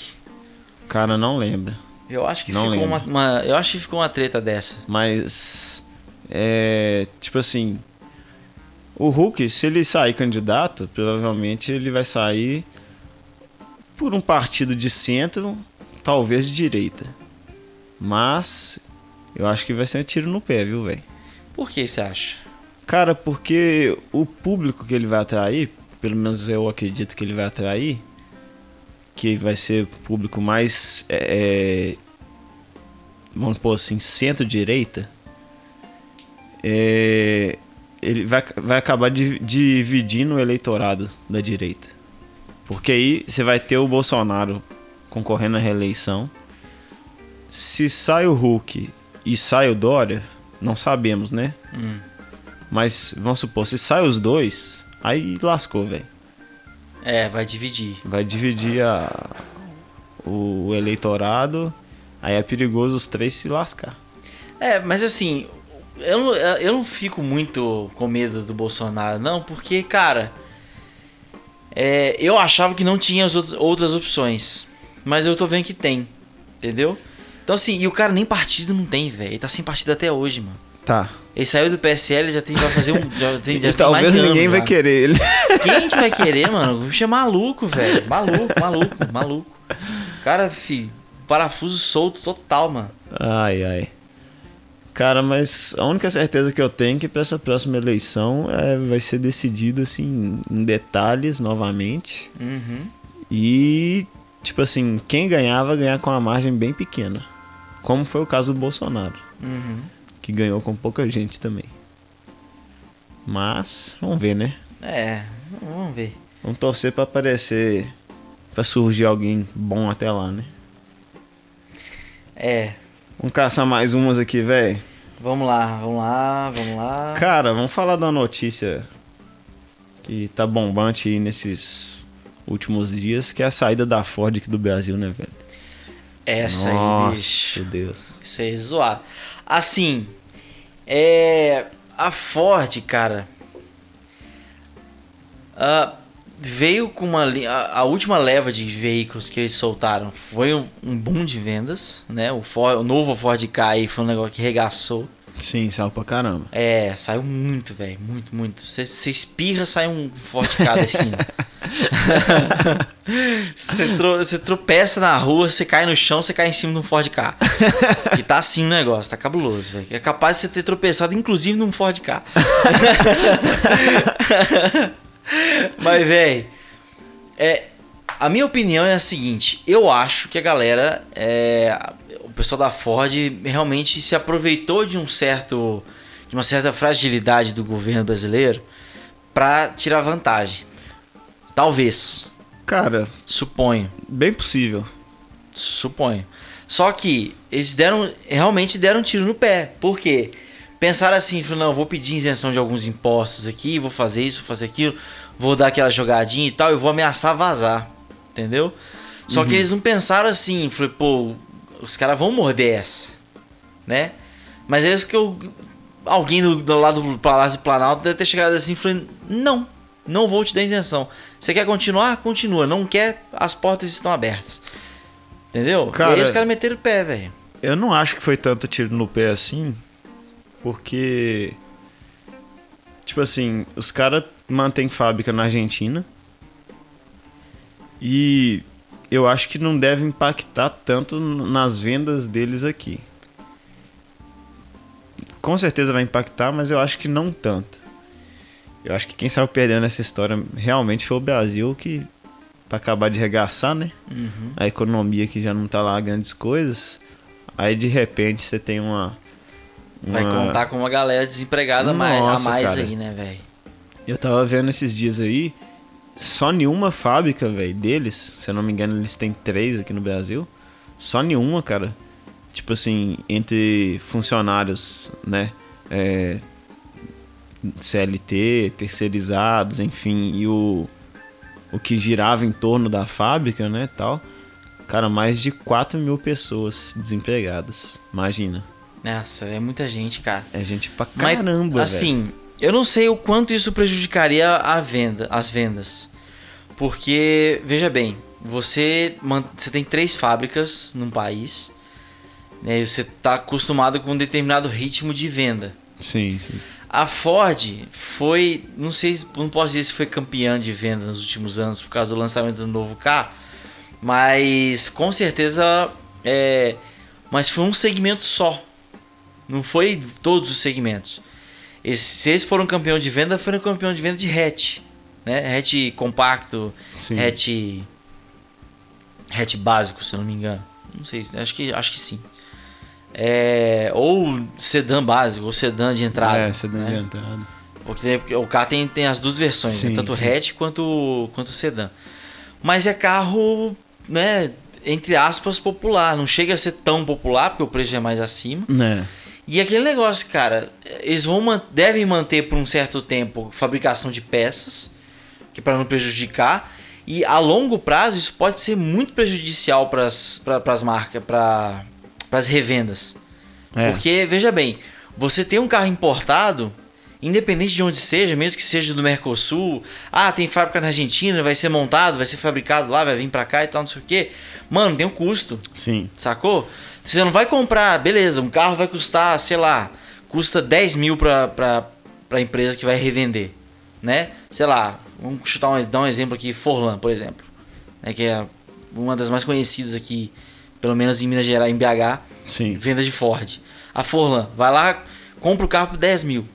Speaker 2: Cara, não lembro.
Speaker 1: Eu acho que
Speaker 2: Não
Speaker 1: ficou uma,
Speaker 2: lembro.
Speaker 1: uma- Eu acho que ficou uma treta dessa.
Speaker 2: Mas. É. Tipo assim. O Hulk, se ele sair candidato, provavelmente ele vai sair por um partido de centro, talvez de direita. Mas. Eu acho que vai ser um tiro no pé, viu, velho?
Speaker 1: Por que você acha?
Speaker 2: Cara, porque o público que ele vai atrair, pelo menos eu acredito que ele vai atrair, que vai ser o público mais, é, é, vamos pôr assim, centro-direita, é, ele vai, vai acabar di- dividindo o eleitorado da direita. Porque aí você vai ter o Bolsonaro concorrendo à reeleição. Se sai o Hulk e sai o Dória, não sabemos, né?
Speaker 1: Hum.
Speaker 2: Mas vamos supor, se sai os dois, aí lascou, velho.
Speaker 1: É, vai dividir.
Speaker 2: Vai dividir a, o eleitorado, aí é perigoso os três se lascar.
Speaker 1: É, mas assim, eu, não- eu não fico muito com medo do Bolsonaro, não, porque, cara, é, eu achava que não tinha as out- outras opções, mas eu tô vendo que tem, entendeu? Então, assim, e o cara nem partido não tem, velho. Ele tá sem partido até hoje, mano.
Speaker 2: Tá.
Speaker 1: Ele saiu do PSL, já tem, vai fazer um. Já tem, já tem
Speaker 2: E
Speaker 1: mais
Speaker 2: talvez
Speaker 1: de ano
Speaker 2: ninguém vai
Speaker 1: já.
Speaker 2: querer ele.
Speaker 1: Quem que vai querer, mano? O bicho é maluco, velho. Maluco, maluco, maluco. Cara, fi, parafuso solto total, mano.
Speaker 2: Ai, ai. Cara, mas a única certeza que eu tenho é que pra essa próxima eleição é, vai ser decidido assim em detalhes novamente.
Speaker 1: Uhum.
Speaker 2: E tipo assim, quem ganhar vai ganhar com uma margem bem pequena. Como foi o caso do Bolsonaro,
Speaker 1: Uhum.
Speaker 2: que ganhou com pouca gente também. Mas vamos ver, né?
Speaker 1: É, vamos ver.
Speaker 2: Vamos torcer pra aparecer pra surgir alguém bom até lá, né?
Speaker 1: É,
Speaker 2: Vamos caçar mais umas aqui, véi.
Speaker 1: vamos lá, vamos lá, vamos lá.
Speaker 2: Cara, vamos falar de uma notícia que tá bombante aí nesses últimos dias, que é a saída da Ford aqui do Brasil, né, velho?
Speaker 1: Essa aí,
Speaker 2: Nossa,
Speaker 1: bicho.
Speaker 2: Deus.
Speaker 1: Isso aí é zoado. Assim, é. A Ford, cara. ah, veio com uma. li- A, a última leva de veículos que eles soltaram foi um, um boom de vendas, né? O, Ford, o novo Ford Ka aí foi um negócio que regaçou.
Speaker 2: Sim, saiu pra caramba.
Speaker 1: É, saiu muito, velho. Muito, muito. Você espirra, sai um forte cara da esquina. Você tropeça na rua, você cai no chão, você cai em cima de um Ford K. E tá assim o negócio, tá cabuloso, velho. É capaz de você ter tropeçado, inclusive, num Ford K. Mas, velho, é, a minha opinião é a seguinte: eu acho que a galera, é, o pessoal da Ford realmente se aproveitou de um certo, de uma certa fragilidade do governo brasileiro pra tirar vantagem. Talvez,
Speaker 2: Cara,
Speaker 1: suponho,
Speaker 2: bem possível.
Speaker 1: suponho. Só que eles deram, realmente deram um tiro no pé. Por quê? Pensaram assim, falaram, não, eu vou pedir isenção de alguns impostos aqui, vou fazer isso, vou fazer aquilo, vou dar aquela jogadinha e tal, eu vou ameaçar vazar, entendeu? Só que eles não pensaram assim, falei, pô, os caras vão morder essa, né? Mas é isso que eu. Alguém do, do lado do Palácio do Planalto deve ter chegado assim e falei, não, não vou te dar isenção. Você quer continuar? Continua. Não quer? As portas estão abertas. Entendeu? e aí
Speaker 2: Cara-
Speaker 1: os caras meteram o pé, velho.
Speaker 2: Eu não acho que foi tanto tiro no pé assim, porque. Tipo assim, os caras mantêm fábrica na Argentina. E eu acho que não deve impactar tanto n- nas vendas deles aqui. Com certeza vai impactar, mas eu acho que não tanto. Eu acho que quem saiu perdendo essa história realmente foi o Brasil que. Pra acabar de regaçar, né? A economia que já não tá lá grandes coisas. Aí de repente você tem uma.
Speaker 1: Vai
Speaker 2: uma-
Speaker 1: contar com uma galera desempregada a mais, a
Speaker 2: Nossa,
Speaker 1: mais
Speaker 2: cara.
Speaker 1: aí, né, velho?
Speaker 2: Eu tava vendo esses dias aí, só nenhuma fábrica, velho, deles, se eu não me engano, eles têm três aqui no Brasil. Só nenhuma, cara. Tipo assim, entre funcionários, né? é, CLT, terceirizados, enfim, e o, o que girava em torno da fábrica, né, tal. Cara, mais de 4 mil pessoas desempregadas. Imagina.
Speaker 1: Nossa, é muita gente, cara.
Speaker 2: É gente pra
Speaker 1: Mas,
Speaker 2: caramba, velho.
Speaker 1: assim, eu não sei o quanto isso prejudicaria a venda, as vendas. Porque, veja bem, você, man- você tem três fábricas num país, né, e você está acostumado com um determinado ritmo de venda.
Speaker 2: Sim, sim.
Speaker 1: A Ford foi, não sei, se- não posso dizer se foi campeã de venda nos últimos anos por causa do lançamento do novo carro, mas com certeza é, mas foi um segmento só. Não foi todos os segmentos. Eles, se eles foram campeão de venda, foram campeão de venda de hatch, né? Hatch compacto,
Speaker 2: Sim.
Speaker 1: hatch hatch básico, se eu não me engano. Não sei, se- acho que acho que sim. É, ou sedã básico, ou sedã de entrada.
Speaker 2: é, você deu
Speaker 1: né?
Speaker 2: adiantado.
Speaker 1: Porque o carro tem, tem as duas versões, né?
Speaker 2: Sim,
Speaker 1: tanto
Speaker 2: sim.
Speaker 1: hatch quanto, quanto sedã. Mas é carro, né, entre aspas, popular. Não chega a ser tão popular, porque o preço é mais acima.
Speaker 2: Né.
Speaker 1: E aquele negócio, cara, eles vão man- devem manter por um certo tempo fabricação de peças, que para não prejudicar. E a longo prazo isso pode ser muito prejudicial para as marcas, para as revendas.
Speaker 2: É.
Speaker 1: Porque, veja bem, você tem um carro importado, independente de onde seja, mesmo que seja do Mercosul, ah, tem fábrica na Argentina, vai ser montado, vai ser fabricado lá, vai vir pra cá e tal, não sei o quê. Mano, tem um custo.
Speaker 2: Sim.
Speaker 1: Sacou? Você não vai comprar, beleza, um carro vai custar, sei lá, custa 10 mil pra, pra, pra empresa que vai revender, né? Sei lá, vamos chutar um, dar um exemplo aqui, Forlan, por exemplo, né, que é uma das mais conhecidas aqui, pelo menos em Minas Gerais, em BH,
Speaker 2: Sim.
Speaker 1: venda de Ford. A Forlan, vai lá, compra o carro por 10 mil,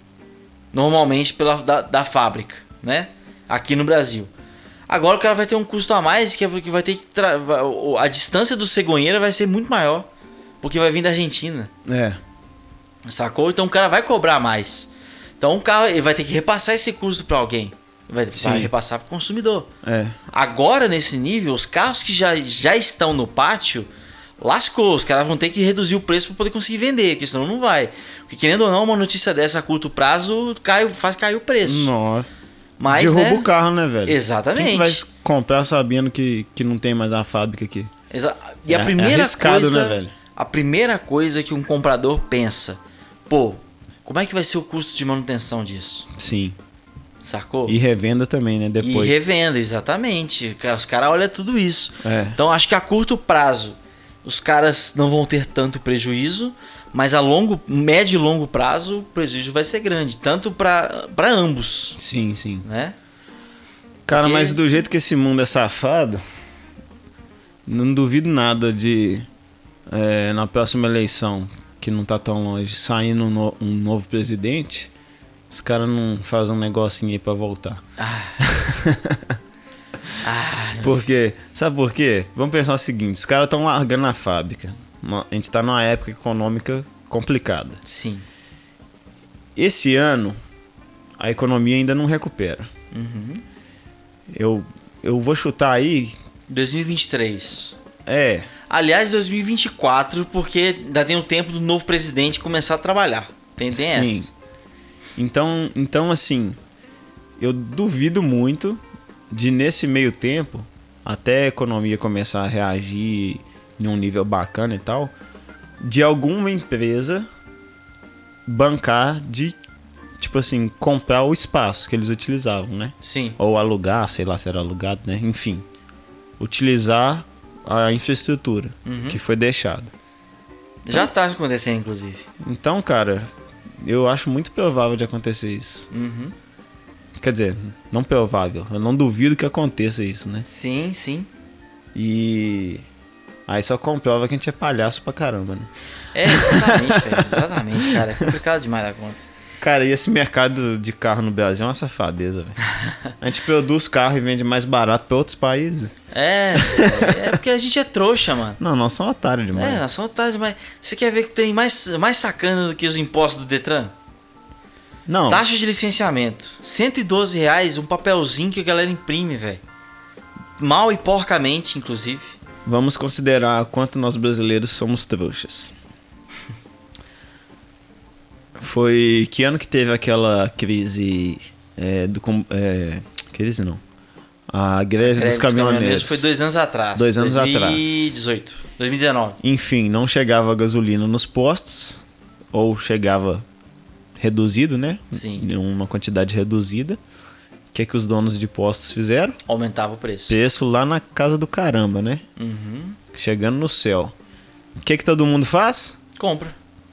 Speaker 1: normalmente pela da, da fábrica, né? Aqui no Brasil. Agora o cara vai ter um custo a mais, que é porque vai ter que. tra- va- o- A distância do cegonheira vai ser muito maior. Porque vai vir da Argentina.
Speaker 2: É.
Speaker 1: Sacou? Então o cara vai cobrar mais. Então o carro ele vai ter que repassar esse custo para alguém. Vai,
Speaker 2: Sim.
Speaker 1: vai repassar para o consumidor.
Speaker 2: É.
Speaker 1: Agora, nesse nível, os carros que já, já estão no pátio, lascou. Os caras vão ter que reduzir o preço para poder conseguir vender, porque senão não vai. Porque querendo ou não, uma notícia dessa a curto prazo cai, faz cair o preço.
Speaker 2: Nossa.
Speaker 1: Mas,
Speaker 2: Derruba
Speaker 1: né,
Speaker 2: o carro, né, velho?
Speaker 1: Exatamente.
Speaker 2: Quem que vai comprar sabendo que, que não tem mais a fábrica aqui?
Speaker 1: Exa- E
Speaker 2: É-
Speaker 1: a
Speaker 2: é
Speaker 1: primeira
Speaker 2: arriscado,
Speaker 1: coisa,
Speaker 2: né, velho?
Speaker 1: a primeira coisa que um comprador pensa, pô, como é que vai ser o custo de manutenção disso?
Speaker 2: Sim.
Speaker 1: Sacou?
Speaker 2: E revenda também, né?
Speaker 1: E
Speaker 2: Depois.
Speaker 1: revenda, exatamente. Ca- Os caras olham tudo isso.
Speaker 2: É.
Speaker 1: Então acho que a curto prazo os caras não vão ter tanto prejuízo, mas a longo, médio e longo prazo o prejuízo vai ser grande, tanto para ambos,
Speaker 2: Sim, sim.
Speaker 1: né?
Speaker 2: Cara,
Speaker 1: Porque-
Speaker 2: mas do jeito que esse mundo é safado, não duvido nada de é, na próxima eleição, que não tá tão longe, saindo um, no- um novo presidente, os caras não fazem um negocinho aí pra voltar.
Speaker 1: Ah. Ah,
Speaker 2: Porque, sabe por quê? Vamos pensar o seguinte, os caras estão largando a fábrica. Uma- A gente tá numa época econômica complicada.
Speaker 1: sim.
Speaker 2: Esse ano, a economia ainda não recupera.
Speaker 1: Uhum.
Speaker 2: Eu, eu vou chutar aí,
Speaker 1: 2023.
Speaker 2: é,
Speaker 1: Aliás, 2024, porque ainda tem o tempo do novo presidente começar a trabalhar. Tem, tem
Speaker 2: Sim.
Speaker 1: essa.
Speaker 2: Então, então assim, eu duvido muito de nesse meio tempo, até a economia começar a reagir em um nível bacana e tal, de alguma empresa bancar de tipo assim, comprar o espaço que eles utilizavam, né?
Speaker 1: Sim.
Speaker 2: Ou alugar, sei lá se era alugado, né? Enfim, utilizar a infraestrutura que foi deixada.
Speaker 1: Já tá acontecendo, inclusive.
Speaker 2: Então, cara, eu acho muito provável de acontecer isso.
Speaker 1: Uhum.
Speaker 2: Quer dizer, não provável. Eu não duvido que aconteça isso, né?
Speaker 1: Sim, sim.
Speaker 2: E. Aí só comprova que a gente é palhaço pra caramba, né?
Speaker 1: É, exatamente, velho. Exatamente, cara. É complicado demais da conta.
Speaker 2: Cara, e esse mercado de carro no Brasil é uma safadeza, velho. A gente produz carro e vende mais barato pra outros países.
Speaker 1: É, é, é porque a gente é trouxa, mano.
Speaker 2: Não, nós somos otários
Speaker 1: É,
Speaker 2: demais.
Speaker 1: nós somos tarde demais. Você quer ver que tem mais, mais sacana do que os impostos do Detran?
Speaker 2: Não,
Speaker 1: Taxa de licenciamento. 112 reais um papelzinho que a galera imprime, velho. Mal e porcamente, inclusive.
Speaker 2: vamos considerar quanto nós brasileiros somos trouxas. Foi que ano que teve aquela crise é, do. com- É, crise não. A greve
Speaker 1: Greve
Speaker 2: dos caminhoneiros.
Speaker 1: Foi dois anos atrás.
Speaker 2: Dois anos
Speaker 1: 2018, 2019.
Speaker 2: enfim, não chegava gasolina nos postos, ou chegava reduzido, né?
Speaker 1: Sim.
Speaker 2: Em Uma quantidade reduzida. O que, é que os donos de postos fizeram?
Speaker 1: Aumentava o preço.
Speaker 2: Preço lá na casa do caramba, né?
Speaker 1: Uhum.
Speaker 2: Chegando no céu. O que, é que todo mundo faz?
Speaker 1: Compra.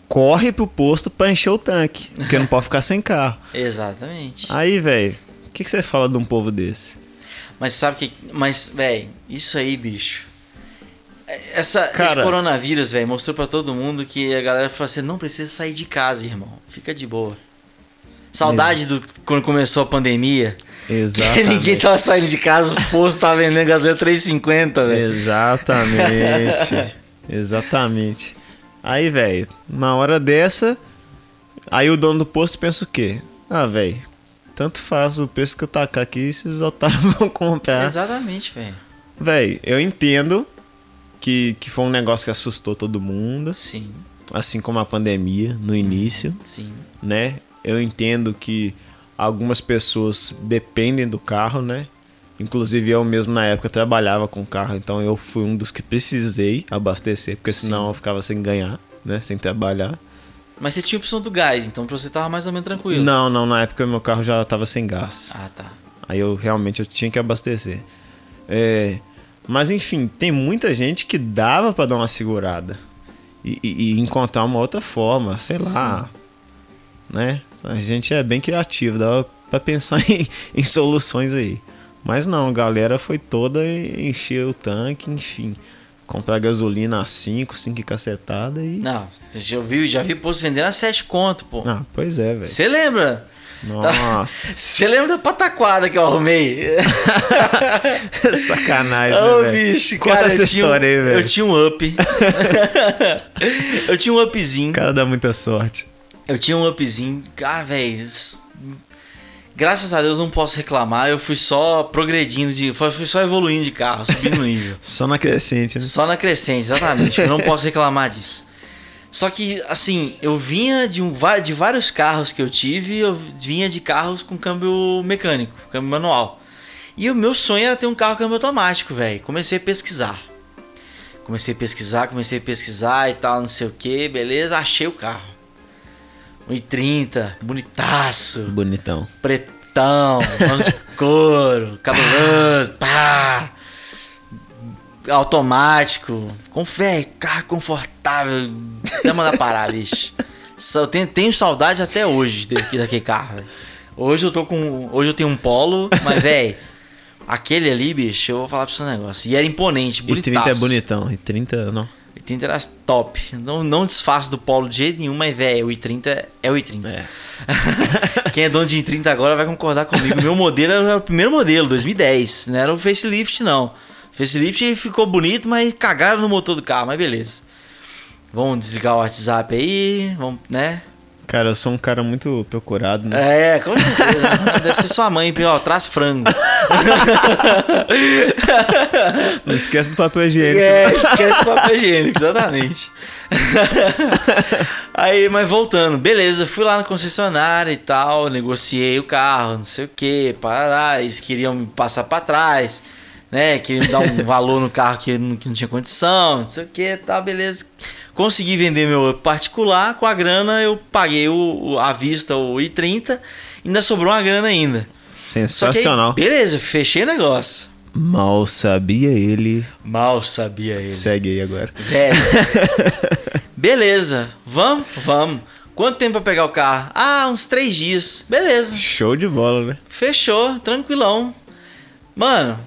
Speaker 2: Corre pro posto pra encher o tanque, porque não pode ficar sem carro.
Speaker 1: Exatamente.
Speaker 2: Aí, velho, o que, que você fala de um povo desse?
Speaker 1: Mas sabe que. Mas, velho, isso aí, bicho. É- Essa, esse
Speaker 2: Cara-
Speaker 1: coronavírus, velho, mostrou pra todo mundo que a galera falou assim: não precisa sair de casa, irmão. Fica de boa. Saudade do quando começou a pandemia. Que
Speaker 2: Exatamente.
Speaker 1: ninguém tava saindo de casa, os postos tava vendendo gasolina 3,50, velho.
Speaker 2: Exatamente. Exatamente. Aí, velho, na hora dessa, aí o dono do posto pensa o quê? Ah, velho, tanto faz o preço que eu tacar aqui, esses otários vão comprar.
Speaker 1: Exatamente, velho.
Speaker 2: Velho, eu entendo que, que foi um negócio que assustou todo mundo,
Speaker 1: Sim,
Speaker 2: assim como a pandemia no início,
Speaker 1: sim.
Speaker 2: né? Eu entendo que algumas pessoas dependem do carro, né? Inclusive eu mesmo na época trabalhava com carro, então eu fui um dos que precisei abastecer, porque senão eu ficava sem ganhar, né? Sem trabalhar.
Speaker 1: Mas você tinha a opção do gás, então pra você tava mais ou menos tranquilo.
Speaker 2: Não, não, na época meu carro já tava sem gás.
Speaker 1: Ah, tá.
Speaker 2: Aí eu realmente eu tinha que abastecer. É, mas enfim, tem muita gente que dava pra dar uma segurada e, e- e encontrar uma outra forma, sei lá. Né? A gente é bem criativo, dava pra pensar em, em soluções aí. Mas não, a galera foi toda e encher o tanque, enfim. Comprar gasolina a 5, 5 cacetada e.
Speaker 1: Não, já vi, já vi posto vendendo a 7 conto, pô.
Speaker 2: Ah, pois é, velho.
Speaker 1: Você lembra?
Speaker 2: Nossa.
Speaker 1: Você lembra da pataquada que eu arrumei?
Speaker 2: Sacanagem,
Speaker 1: Ô,
Speaker 2: né, velho?
Speaker 1: bicho,
Speaker 2: Conta
Speaker 1: cara,
Speaker 2: essa
Speaker 1: eu tinha um-
Speaker 2: história aí, velho.
Speaker 1: Eu tinha um up. eu tinha um upzinho.
Speaker 2: O cara dá muita sorte.
Speaker 1: Eu tinha um upzinho. Ah, velho. s- Graças a Deus não posso reclamar. Eu fui só progredindo de. foi- Fui só evoluindo de carro, subindo o nível.
Speaker 2: Só na crescente, né?
Speaker 1: Só na crescente, exatamente. Eu não posso reclamar disso. Só que, assim, eu vinha de, um, va- de vários carros que eu tive, eu vinha de carros com câmbio mecânico, câmbio manual. E o meu sonho era ter um carro câmbio automático, velho. Comecei a pesquisar. Comecei a pesquisar, comecei a pesquisar e tal, não sei o que, beleza. Achei o carro. 1,30, bonitaço
Speaker 2: Bonitão.
Speaker 1: pretão, mano de couro, cabuloso, pá, automático, com velho, carro confortável, dama da parada, bicho. Só- Eu tenho, tenho saudade até hoje daqui, daquele carro, velho. Hoje eu tô com. Hoje eu tenho um polo, mas, velho, aquele ali, bicho, eu vou falar pra você um negócio. E era imponente,
Speaker 2: E
Speaker 1: bonitaço.
Speaker 2: 30 é bonitão. E 30, não.
Speaker 1: O i30 era top. Não, não desfaço do polo de jeito nenhum, mas, velho, o i30 é o i30.
Speaker 2: É.
Speaker 1: Quem é dono de i30 agora vai concordar comigo. Meu modelo era o primeiro modelo, 2010. Não era o facelift, não. Facelift ficou bonito, mas cagaram no motor do carro, mas beleza. Vamos desligar o WhatsApp aí, vamos, né?
Speaker 2: Cara, eu sou um cara muito procurado, né?
Speaker 1: É, com certeza. Deve ser sua mãe, ó, traz frango.
Speaker 2: Não esquece do papel higiênico.
Speaker 1: É, esquece o papel higiênico, exatamente. Aí, mas voltando, beleza, fui lá na concessionária e tal, negociei o carro, não sei o que, parará, eles queriam me passar pra trás, né? Queriam me dar um valor no carro que não, que não tinha condição, não sei o que, tá, beleza. Consegui vender meu up particular, com a grana eu paguei o, o- à vista o I30, ainda sobrou uma grana ainda. Só que aí,
Speaker 2: Sensacional.
Speaker 1: beleza, fechei o negócio.
Speaker 2: Mal sabia ele.
Speaker 1: Mal sabia ele.
Speaker 2: Segue aí agora.
Speaker 1: Velho. Beleza, vamos, vamos. Quanto tempo pra pegar o carro? Ah, uns três dias. Beleza,
Speaker 2: Show de bola, né?
Speaker 1: fechou, tranquilão. Mano,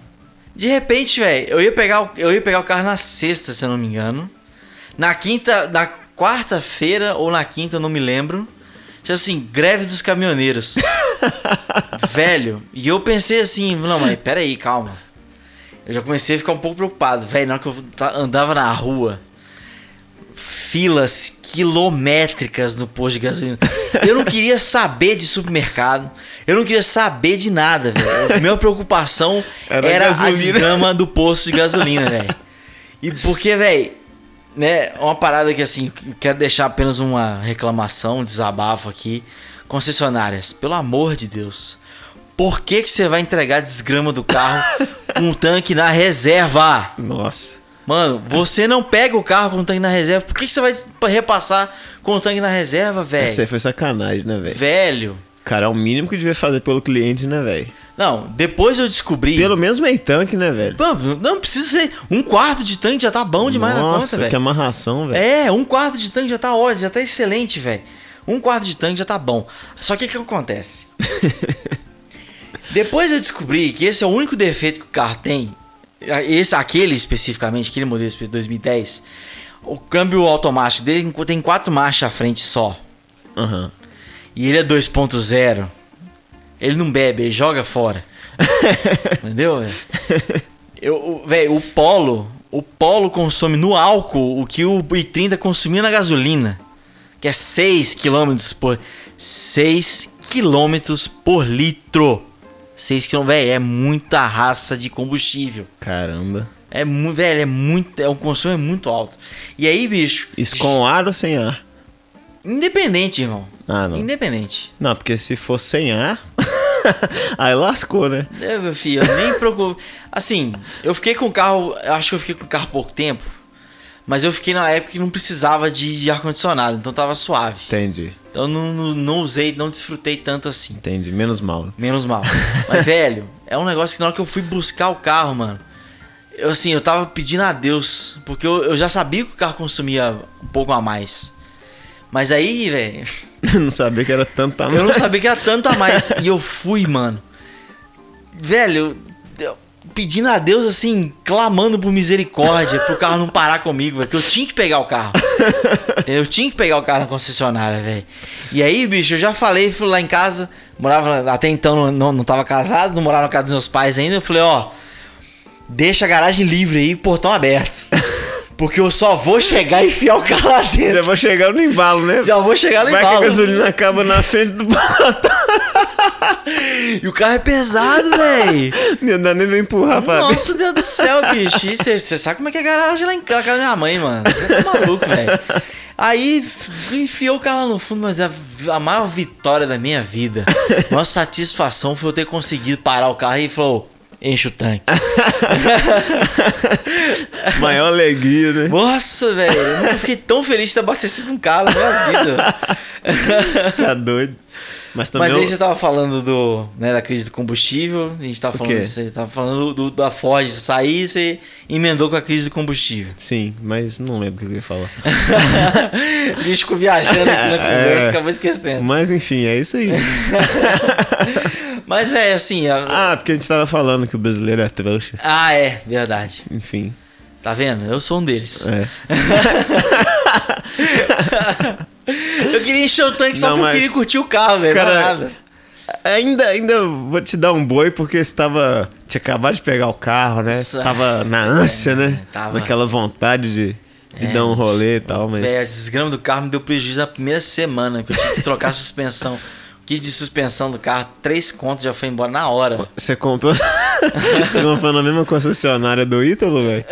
Speaker 1: de repente, velho, eu ia pegar o, eu ia pegar o carro na sexta, se eu não me engano. Na quinta, na quarta-feira ou na quinta, eu não me lembro. Tinha assim, greve dos caminhoneiros. velho, e eu pensei assim, não, mas peraí, calma. Eu já comecei a ficar um pouco preocupado, velho, na hora que eu ta- andava na rua. Filas quilométricas no posto de gasolina. Eu não queria saber de supermercado. Eu não queria saber de nada, velho. A minha preocupação
Speaker 2: Era
Speaker 1: era, a
Speaker 2: gasolina.
Speaker 1: desgrama do posto de gasolina, velho. E porque, velho, né, uma parada que assim, quero deixar apenas uma reclamação, um desabafo aqui. Concessionárias, pelo amor de Deus, por que que você vai entregar a desgrama do carro com um tanque na reserva?
Speaker 2: Nossa.
Speaker 1: Mano, você não pega o carro com o tanque na reserva, por que que você vai repassar com o tanque na reserva,
Speaker 2: Essa aí
Speaker 1: velho?
Speaker 2: foi sacanagem, né, velho?
Speaker 1: Velho.
Speaker 2: Cara, é o mínimo que devia fazer pelo cliente, né, velho?
Speaker 1: Não, depois eu descobri.
Speaker 2: Pelo menos meio tanque, né, velho?
Speaker 1: Mano, não precisa ser. Um quarto de tanque já tá bom demais na conta,
Speaker 2: Nossa,
Speaker 1: velho.
Speaker 2: que amarração, velho.
Speaker 1: É, um quarto de tanque já tá ótimo, já tá excelente, velho. Um quarto de tanque já tá bom. Só que o que acontece? Depois eu descobri que esse é o único defeito que o carro tem. Esse, aquele especificamente, aquele modelo específico de 2010. O câmbio automático dele tem quatro marchas à frente só. É.
Speaker 2: Aham.
Speaker 1: E ele é 2.0. Ele não bebe, ele joga fora. Entendeu? velho? Eu, o- velho, o Polo, o Polo consome no álcool o que o i30 consumia na gasolina, que é 6 km por 6 km por litro. 6 km, velho, é muita raça de combustível.
Speaker 2: Caramba.
Speaker 1: É muito, velho, é muito, é um consumo é muito alto. E aí, bicho,
Speaker 2: Isso com ar ou sem ar?
Speaker 1: independente, irmão.
Speaker 2: Ah, não.
Speaker 1: Independente.
Speaker 2: Não, porque se for sem ar, aí lascou, né?
Speaker 1: É, meu filho, eu nem preocupo. Assim, eu fiquei com o carro. eu Acho que eu fiquei com o carro pouco tempo. Mas eu fiquei na época que não precisava de, de ar-condicionado, então tava suave.
Speaker 2: Entendi,
Speaker 1: Então eu não, não, não usei, não desfrutei tanto assim.
Speaker 2: entendi. Menos mal.
Speaker 1: Menos mal. Mas, velho, é um negócio que na hora que eu fui buscar o carro, mano, eu assim, eu tava pedindo a Deus. Porque eu, eu já sabia que o carro consumia um pouco a mais. Mas aí, velho,
Speaker 2: não sabia que era tanta
Speaker 1: eu não sabia que era tanto a mais. E eu fui, mano. Velho, eu- pedindo a Deus, assim, clamando por misericórdia, pro carro não parar comigo, velho. Que eu tinha que pegar o carro. Entendeu? Eu tinha que pegar o carro na concessionária, velho. E aí, bicho, eu já falei, fui lá em casa, morava até então, não, não, não tava casado, não morava na casa dos meus pais ainda. Eu falei, ó, deixa a garagem livre aí, portão aberto. Porque eu só vou chegar e enfiar o carro lá dentro.
Speaker 2: Já vou chegar no embalo, né?
Speaker 1: Já vou chegar lá
Speaker 2: Vai que a
Speaker 1: embalo.
Speaker 2: gasolina acaba na frente do barco.
Speaker 1: E o carro é pesado, velho.
Speaker 2: Não dá nem pra empurrar pra dentro.
Speaker 1: Nossa, Deus do céu, bicho. E Você você sabe como é que é a garagem lá em casa, a casa da minha mãe, mano. Você tá maluco, velho. Aí f- enfiou o carro lá no fundo, mas a, a maior vitória da minha vida, a maior satisfação foi eu ter conseguido parar o carro e falou: enche o tanque.
Speaker 2: Maior alegria, né?
Speaker 1: Nossa, velho, eu nunca fiquei tão feliz de ter abastecido um carro na minha vida.
Speaker 2: Tá doido. Mas também.
Speaker 1: Mas aí
Speaker 2: eu-
Speaker 1: você tava falando do, né, da crise do combustível, a gente tava
Speaker 2: O
Speaker 1: falando,
Speaker 2: quê?
Speaker 1: você tava falando do, da Ford sair, você emendou com a crise do combustível.
Speaker 2: Sim, mas não lembro o que eu ia falar.
Speaker 1: a gente ficou viajando aqui na conversa,
Speaker 2: É.
Speaker 1: acabou esquecendo.
Speaker 2: Mas enfim, é isso aí.
Speaker 1: Mas, velho, assim. a-
Speaker 2: Ah, porque a gente tava falando que o brasileiro é trouxa.
Speaker 1: Ah, é, verdade.
Speaker 2: Enfim,
Speaker 1: Tá vendo? Eu sou um deles.
Speaker 2: é.
Speaker 1: Eu queria encher o tanque só
Speaker 2: Não,
Speaker 1: porque eu
Speaker 2: mas-
Speaker 1: queria curtir o carro, velho.
Speaker 2: Cara,
Speaker 1: mais nada.
Speaker 2: Ainda, ainda vou te dar um boi, porque você tava. Tinha acabado de pegar o carro, né?
Speaker 1: Nossa. É,
Speaker 2: Tava na ânsia, né?
Speaker 1: tava. É.
Speaker 2: Naquela vontade de, de dar um rolê e tal, mas.
Speaker 1: Véi, a desgrama do carro me deu prejuízo na primeira semana que eu tive que trocar a suspensão. O kit de suspensão do carro, três contos já foi embora na hora.
Speaker 2: Você comprou. Você comprou na mesma concessionária do Ítalo, velho?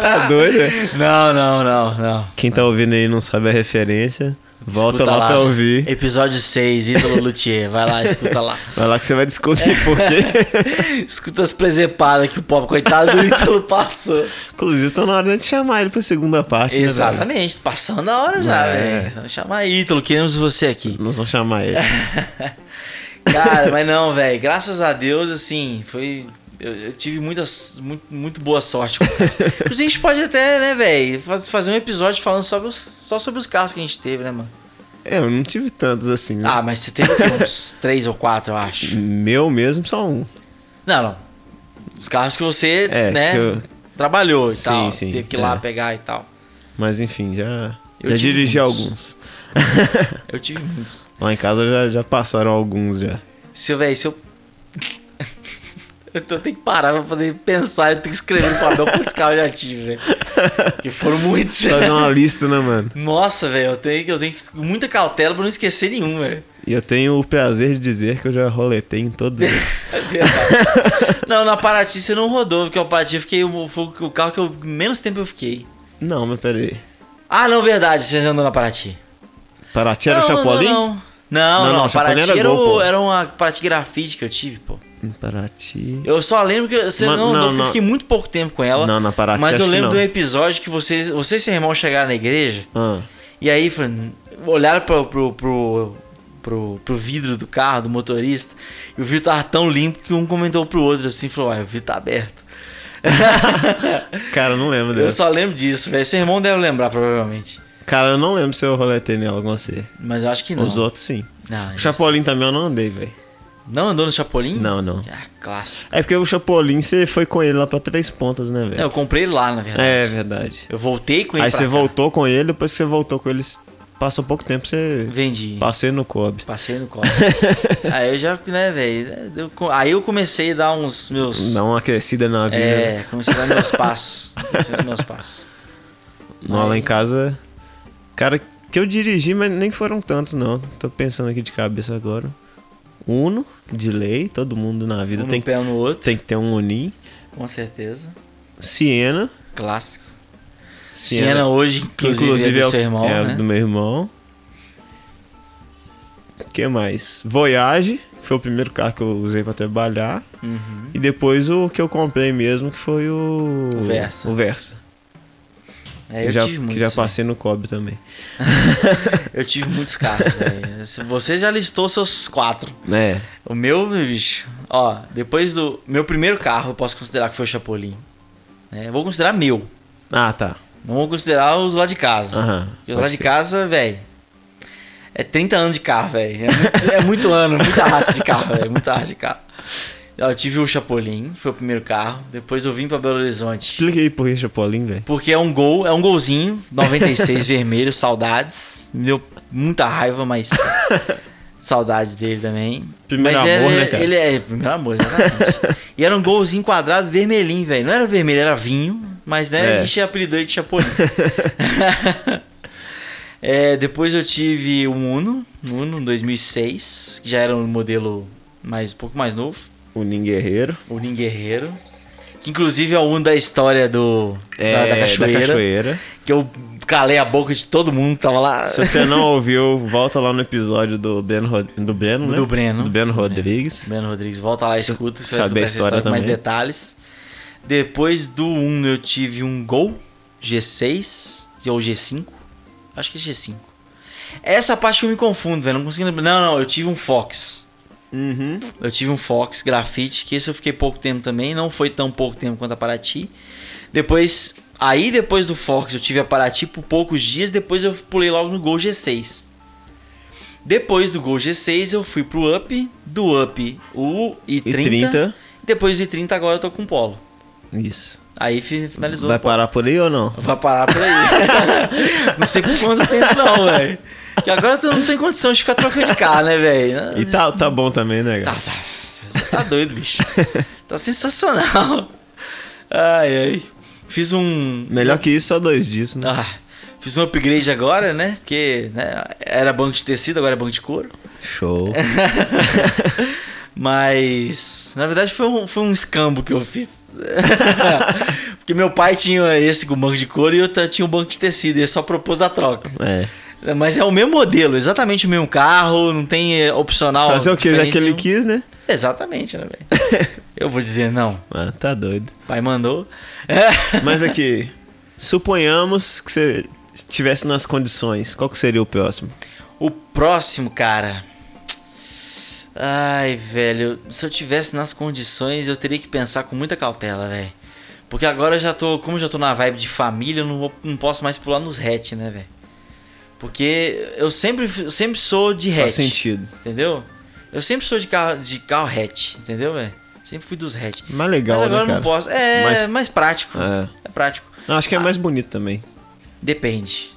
Speaker 2: tá doido? velho?
Speaker 1: Não, não, não, não.
Speaker 2: Quem tá ouvindo aí e não sabe a referência, volta
Speaker 1: Escuta né?
Speaker 2: lá, pra ouvir.
Speaker 1: Episódio 6, Ídolo Luthier. Vai lá, escuta lá.
Speaker 2: Vai lá que você vai descobrir por quê.
Speaker 1: escuta as presepadas que o pobre coitado do Ítalo passou.
Speaker 2: Inclusive, tá na hora de chamar ele pra segunda parte. né, velho?
Speaker 1: Exatamente, tá passando a hora já,
Speaker 2: É.
Speaker 1: velho. Vamos chamar Ítalo, queremos você aqui.
Speaker 2: Nós vamos chamar ele.
Speaker 1: Cara, mas não, velho, graças a Deus, assim, foi. Eu, eu tive muita, s- muito, muito boa sorte. com o carro. Inclusive, a gente pode até, né, velho, faz- fazer um episódio falando sobre os- só sobre os carros que a gente teve, né, mano?
Speaker 2: É, eu não tive tantos assim. né?
Speaker 1: Ah, mas você teve o quê? uns três ou quatro, eu acho.
Speaker 2: Meu mesmo, só um.
Speaker 1: Não, não. Os carros que você,
Speaker 2: É,
Speaker 1: né,
Speaker 2: que eu-
Speaker 1: trabalhou e
Speaker 2: Sim,
Speaker 1: tal.
Speaker 2: sim,
Speaker 1: você teve que ir lá
Speaker 2: é.
Speaker 1: pegar e tal.
Speaker 2: Mas enfim, já,
Speaker 1: Eu
Speaker 2: já
Speaker 1: tive
Speaker 2: dirigi
Speaker 1: muitos.
Speaker 2: alguns.
Speaker 1: Eu tive muitos.
Speaker 2: Lá em casa já, já passaram alguns já.
Speaker 1: Se eu, velho, se eu. eu tô- tenho que parar pra poder pensar, eu tenho que escrever no papel quantos carros eu já tive, velho. Porque foram muitos.
Speaker 2: Fazer uma lista, né, mano?
Speaker 1: Nossa, velho, eu tenho, que- eu tenho que- muita cautela pra não esquecer nenhum, velho.
Speaker 2: E eu tenho o prazer de dizer que eu já roletei em todos eles.
Speaker 1: não, na Paraty você não rodou, porque o Paraty eu fiquei, o- foi o carro que eu menos tempo eu fiquei.
Speaker 2: Não, mas peraí.
Speaker 1: Ah, não, verdade, você já andou na Paraty.
Speaker 2: Paraty era o
Speaker 1: Não,
Speaker 2: Chapolin?
Speaker 1: Não, não. Não,
Speaker 2: Não,
Speaker 1: não,
Speaker 2: não, o Chapolin
Speaker 1: Paraty
Speaker 2: era
Speaker 1: era,
Speaker 2: gol,
Speaker 1: o-
Speaker 2: pô.
Speaker 1: era uma Paraty grafite que eu tive, pô.
Speaker 2: Paraty.
Speaker 1: Eu só lembro que você
Speaker 2: Mas-
Speaker 1: não, andou,
Speaker 2: não,
Speaker 1: porque eu
Speaker 2: não.
Speaker 1: fiquei muito pouco tempo com ela.
Speaker 2: Não, na Paraty
Speaker 1: Mas
Speaker 2: acho
Speaker 1: eu
Speaker 2: que
Speaker 1: lembro
Speaker 2: não.
Speaker 1: do episódio que você, você e seu irmão chegaram na igreja
Speaker 2: Ah,
Speaker 1: e aí Fran, olharam pro, pro, pro, pro, pro vidro do carro, do motorista, e o vidro tava tão limpo que um comentou pro outro assim, falou, uai, o vidro tá aberto.
Speaker 2: cara, eu não lembro
Speaker 1: eu
Speaker 2: dessa.
Speaker 1: só lembro disso, velho. Seu irmão deve lembrar, provavelmente.
Speaker 2: Cara, eu não lembro se eu roletei nela com você.
Speaker 1: Mas eu acho que não.
Speaker 2: Os outros sim.
Speaker 1: Não,
Speaker 2: O Chapolin também eu não andei, velho.
Speaker 1: não andou no Chapolin?
Speaker 2: Não, não.
Speaker 1: Ah, clássico.
Speaker 2: É porque o Chapolin você foi com ele lá pra três pontas, né,
Speaker 1: Não,
Speaker 2: velho?
Speaker 1: É, eu comprei ele lá, na verdade.
Speaker 2: É verdade.
Speaker 1: Eu voltei com ele
Speaker 2: Aí
Speaker 1: pra
Speaker 2: você
Speaker 1: cá.
Speaker 2: voltou com ele, depois que você voltou com ele, passou pouco tempo, você
Speaker 1: Vendi.
Speaker 2: passei no Kobe.
Speaker 1: Passei no colo. aí eu já, né, velho. eu co- Aí eu comecei a dar uns meus.
Speaker 2: Dá uma crescida na vida. né?
Speaker 1: É, comecei a dar meus passos. Comecei a dar meus passos.
Speaker 2: Não, lá em casa. Cara, que eu dirigi, mas nem foram tantos, não. Tô pensando aqui de cabeça agora. Uno, de lei, todo mundo na vida
Speaker 1: Um
Speaker 2: tem,
Speaker 1: no pé um no outro,
Speaker 2: tem que ter um Unim.
Speaker 1: com certeza.
Speaker 2: Siena.
Speaker 1: Clássico.
Speaker 2: Siena,
Speaker 1: Siena, hoje,
Speaker 2: que
Speaker 1: inclusive, é do
Speaker 2: o-
Speaker 1: seu irmão,
Speaker 2: é
Speaker 1: né?
Speaker 2: do meu irmão. O que mais? Voyage, que foi o primeiro carro que eu usei pra trabalhar.
Speaker 1: Uhum.
Speaker 2: E depois o que eu comprei mesmo, que foi o.
Speaker 1: O Versa.
Speaker 2: O Versa.
Speaker 1: É,
Speaker 2: que
Speaker 1: eu
Speaker 2: já,
Speaker 1: tive
Speaker 2: que
Speaker 1: muitos,
Speaker 2: já
Speaker 1: velho.
Speaker 2: passei no cobre também.
Speaker 1: Eu tive muitos carros, velho. Você já listou seus quatro.
Speaker 2: É.
Speaker 1: O meu, bicho, ó, depois do meu primeiro carro, eu posso considerar que foi o Chapolin. É, eu vou considerar meu.
Speaker 2: Ah, tá.
Speaker 1: Não vou considerar os lá de casa.
Speaker 2: Aham,
Speaker 1: Porque os
Speaker 2: pode
Speaker 1: lá de
Speaker 2: crer.
Speaker 1: casa, velho. É 30 anos de carro, velho. É muito, é muito ano, muita raça de carro, velho. Muita raça de carro. Ó, Eu tive o Chapolin, foi o primeiro carro. Depois eu vim pra Belo Horizonte.
Speaker 2: Explica aí por que Chapolin, velho.
Speaker 1: Porque é um gol, é um golzinho, 96 vermelho, saudades. Me deu muita raiva, mas saudades dele também.
Speaker 2: Primeiro
Speaker 1: mas
Speaker 2: amor,
Speaker 1: era-
Speaker 2: né, cara?
Speaker 1: Ele é, primeiro amor, exatamente. e era um golzinho quadrado vermelhinho, velho. Não era vermelho, era vinho, mas né,
Speaker 2: É.
Speaker 1: a gente apelidou ele de Chapolin. É, depois eu tive um Uno, um Uno 2006, que já era um modelo mais, um pouco mais novo.
Speaker 2: O Ninho Guerreiro.
Speaker 1: O Ninho Guerreiro. Que inclusive é o Uno da história do, da- da, cachoeira,
Speaker 2: É, cachoeira.
Speaker 1: Que eu calei a boca de todo mundo que tava lá.
Speaker 2: Se você não ouviu, volta lá no episódio do Breno, Rod- do Breno, né?
Speaker 1: Do Breno. É.
Speaker 2: Do Breno Rodrigues.
Speaker 1: Breno Rodrigues, volta lá e escuta. Você vai escutar
Speaker 2: Saber a
Speaker 1: essa
Speaker 2: história
Speaker 1: história com mais
Speaker 2: também.
Speaker 1: detalhes. Depois do Uno eu tive um Gol G6 ou G5. Acho que é G5. Essa parte que eu me confundo, velho. Não consigo lembrar. Não, não, eu tive um Fox.
Speaker 2: Uhum.
Speaker 1: Eu tive um Fox Grafite, que esse eu fiquei pouco tempo também, não foi tão pouco tempo quanto a Paraty. Depois, aí depois do Fox eu tive a Paraty por poucos dias, depois eu pulei logo no Gol G6. Depois do Gol G6 eu fui pro Up, do Up o
Speaker 2: E
Speaker 1: I30,
Speaker 2: 30.
Speaker 1: depois do I30 agora eu tô com o Polo.
Speaker 2: Isso.
Speaker 1: Aí fi- finalizou
Speaker 2: Vai
Speaker 1: o Polo.
Speaker 2: parar por aí ou não?
Speaker 1: Vai parar por aí. não sei por quanto tempo não, velho. Que agora tu não tem condição de ficar trocando de carro, né, velho?
Speaker 2: E tá, tá bom também, né,
Speaker 1: Tá,
Speaker 2: cara?
Speaker 1: tá. Você tá doido, bicho. tá sensacional. Ai, ai. Fiz um.
Speaker 2: Melhor que isso, só dois dias, né?
Speaker 1: Ah, fiz um upgrade agora, né? Porque né, era banco de tecido, agora é banco de couro.
Speaker 2: Show.
Speaker 1: Mas. Na verdade foi um, foi um escambo que eu fiz. Porque meu pai tinha esse com banco de couro e eu ta- tinha um banco de tecido. E ele só propôs a troca.
Speaker 2: É.
Speaker 1: Mas é o mesmo modelo, exatamente o mesmo carro, não tem eh, opcional.
Speaker 2: Fazer o que já
Speaker 1: diferente
Speaker 2: que ele
Speaker 1: nenhum.
Speaker 2: quis, né?
Speaker 1: Exatamente, né, velho? eu vou dizer não.
Speaker 2: Ah, tá doido.
Speaker 1: Pai mandou.
Speaker 2: Mas aqui, suponhamos que você estivesse nas condições, qual que seria o próximo?
Speaker 1: O próximo, cara. Ai, velho. Se eu tivesse nas condições, eu teria que pensar com muita cautela, velho. Porque agora eu já tô. Como eu já tô na vibe de família, eu não, vou- não posso mais pular nos hatch, né, velho? Porque eu sempre, eu sempre sou de
Speaker 2: Faz
Speaker 1: hatch.
Speaker 2: sentido.
Speaker 1: Entendeu? Eu sempre sou de carro, de carro hatch, entendeu, velho? Sempre fui dos hatch.
Speaker 2: Mais legal,
Speaker 1: Mas agora
Speaker 2: né,
Speaker 1: eu
Speaker 2: cara?
Speaker 1: não posso. É,
Speaker 2: Mais-
Speaker 1: mais, prático.
Speaker 2: É.
Speaker 1: é prático.
Speaker 2: Não, acho que é mais bonito também.
Speaker 1: Depende.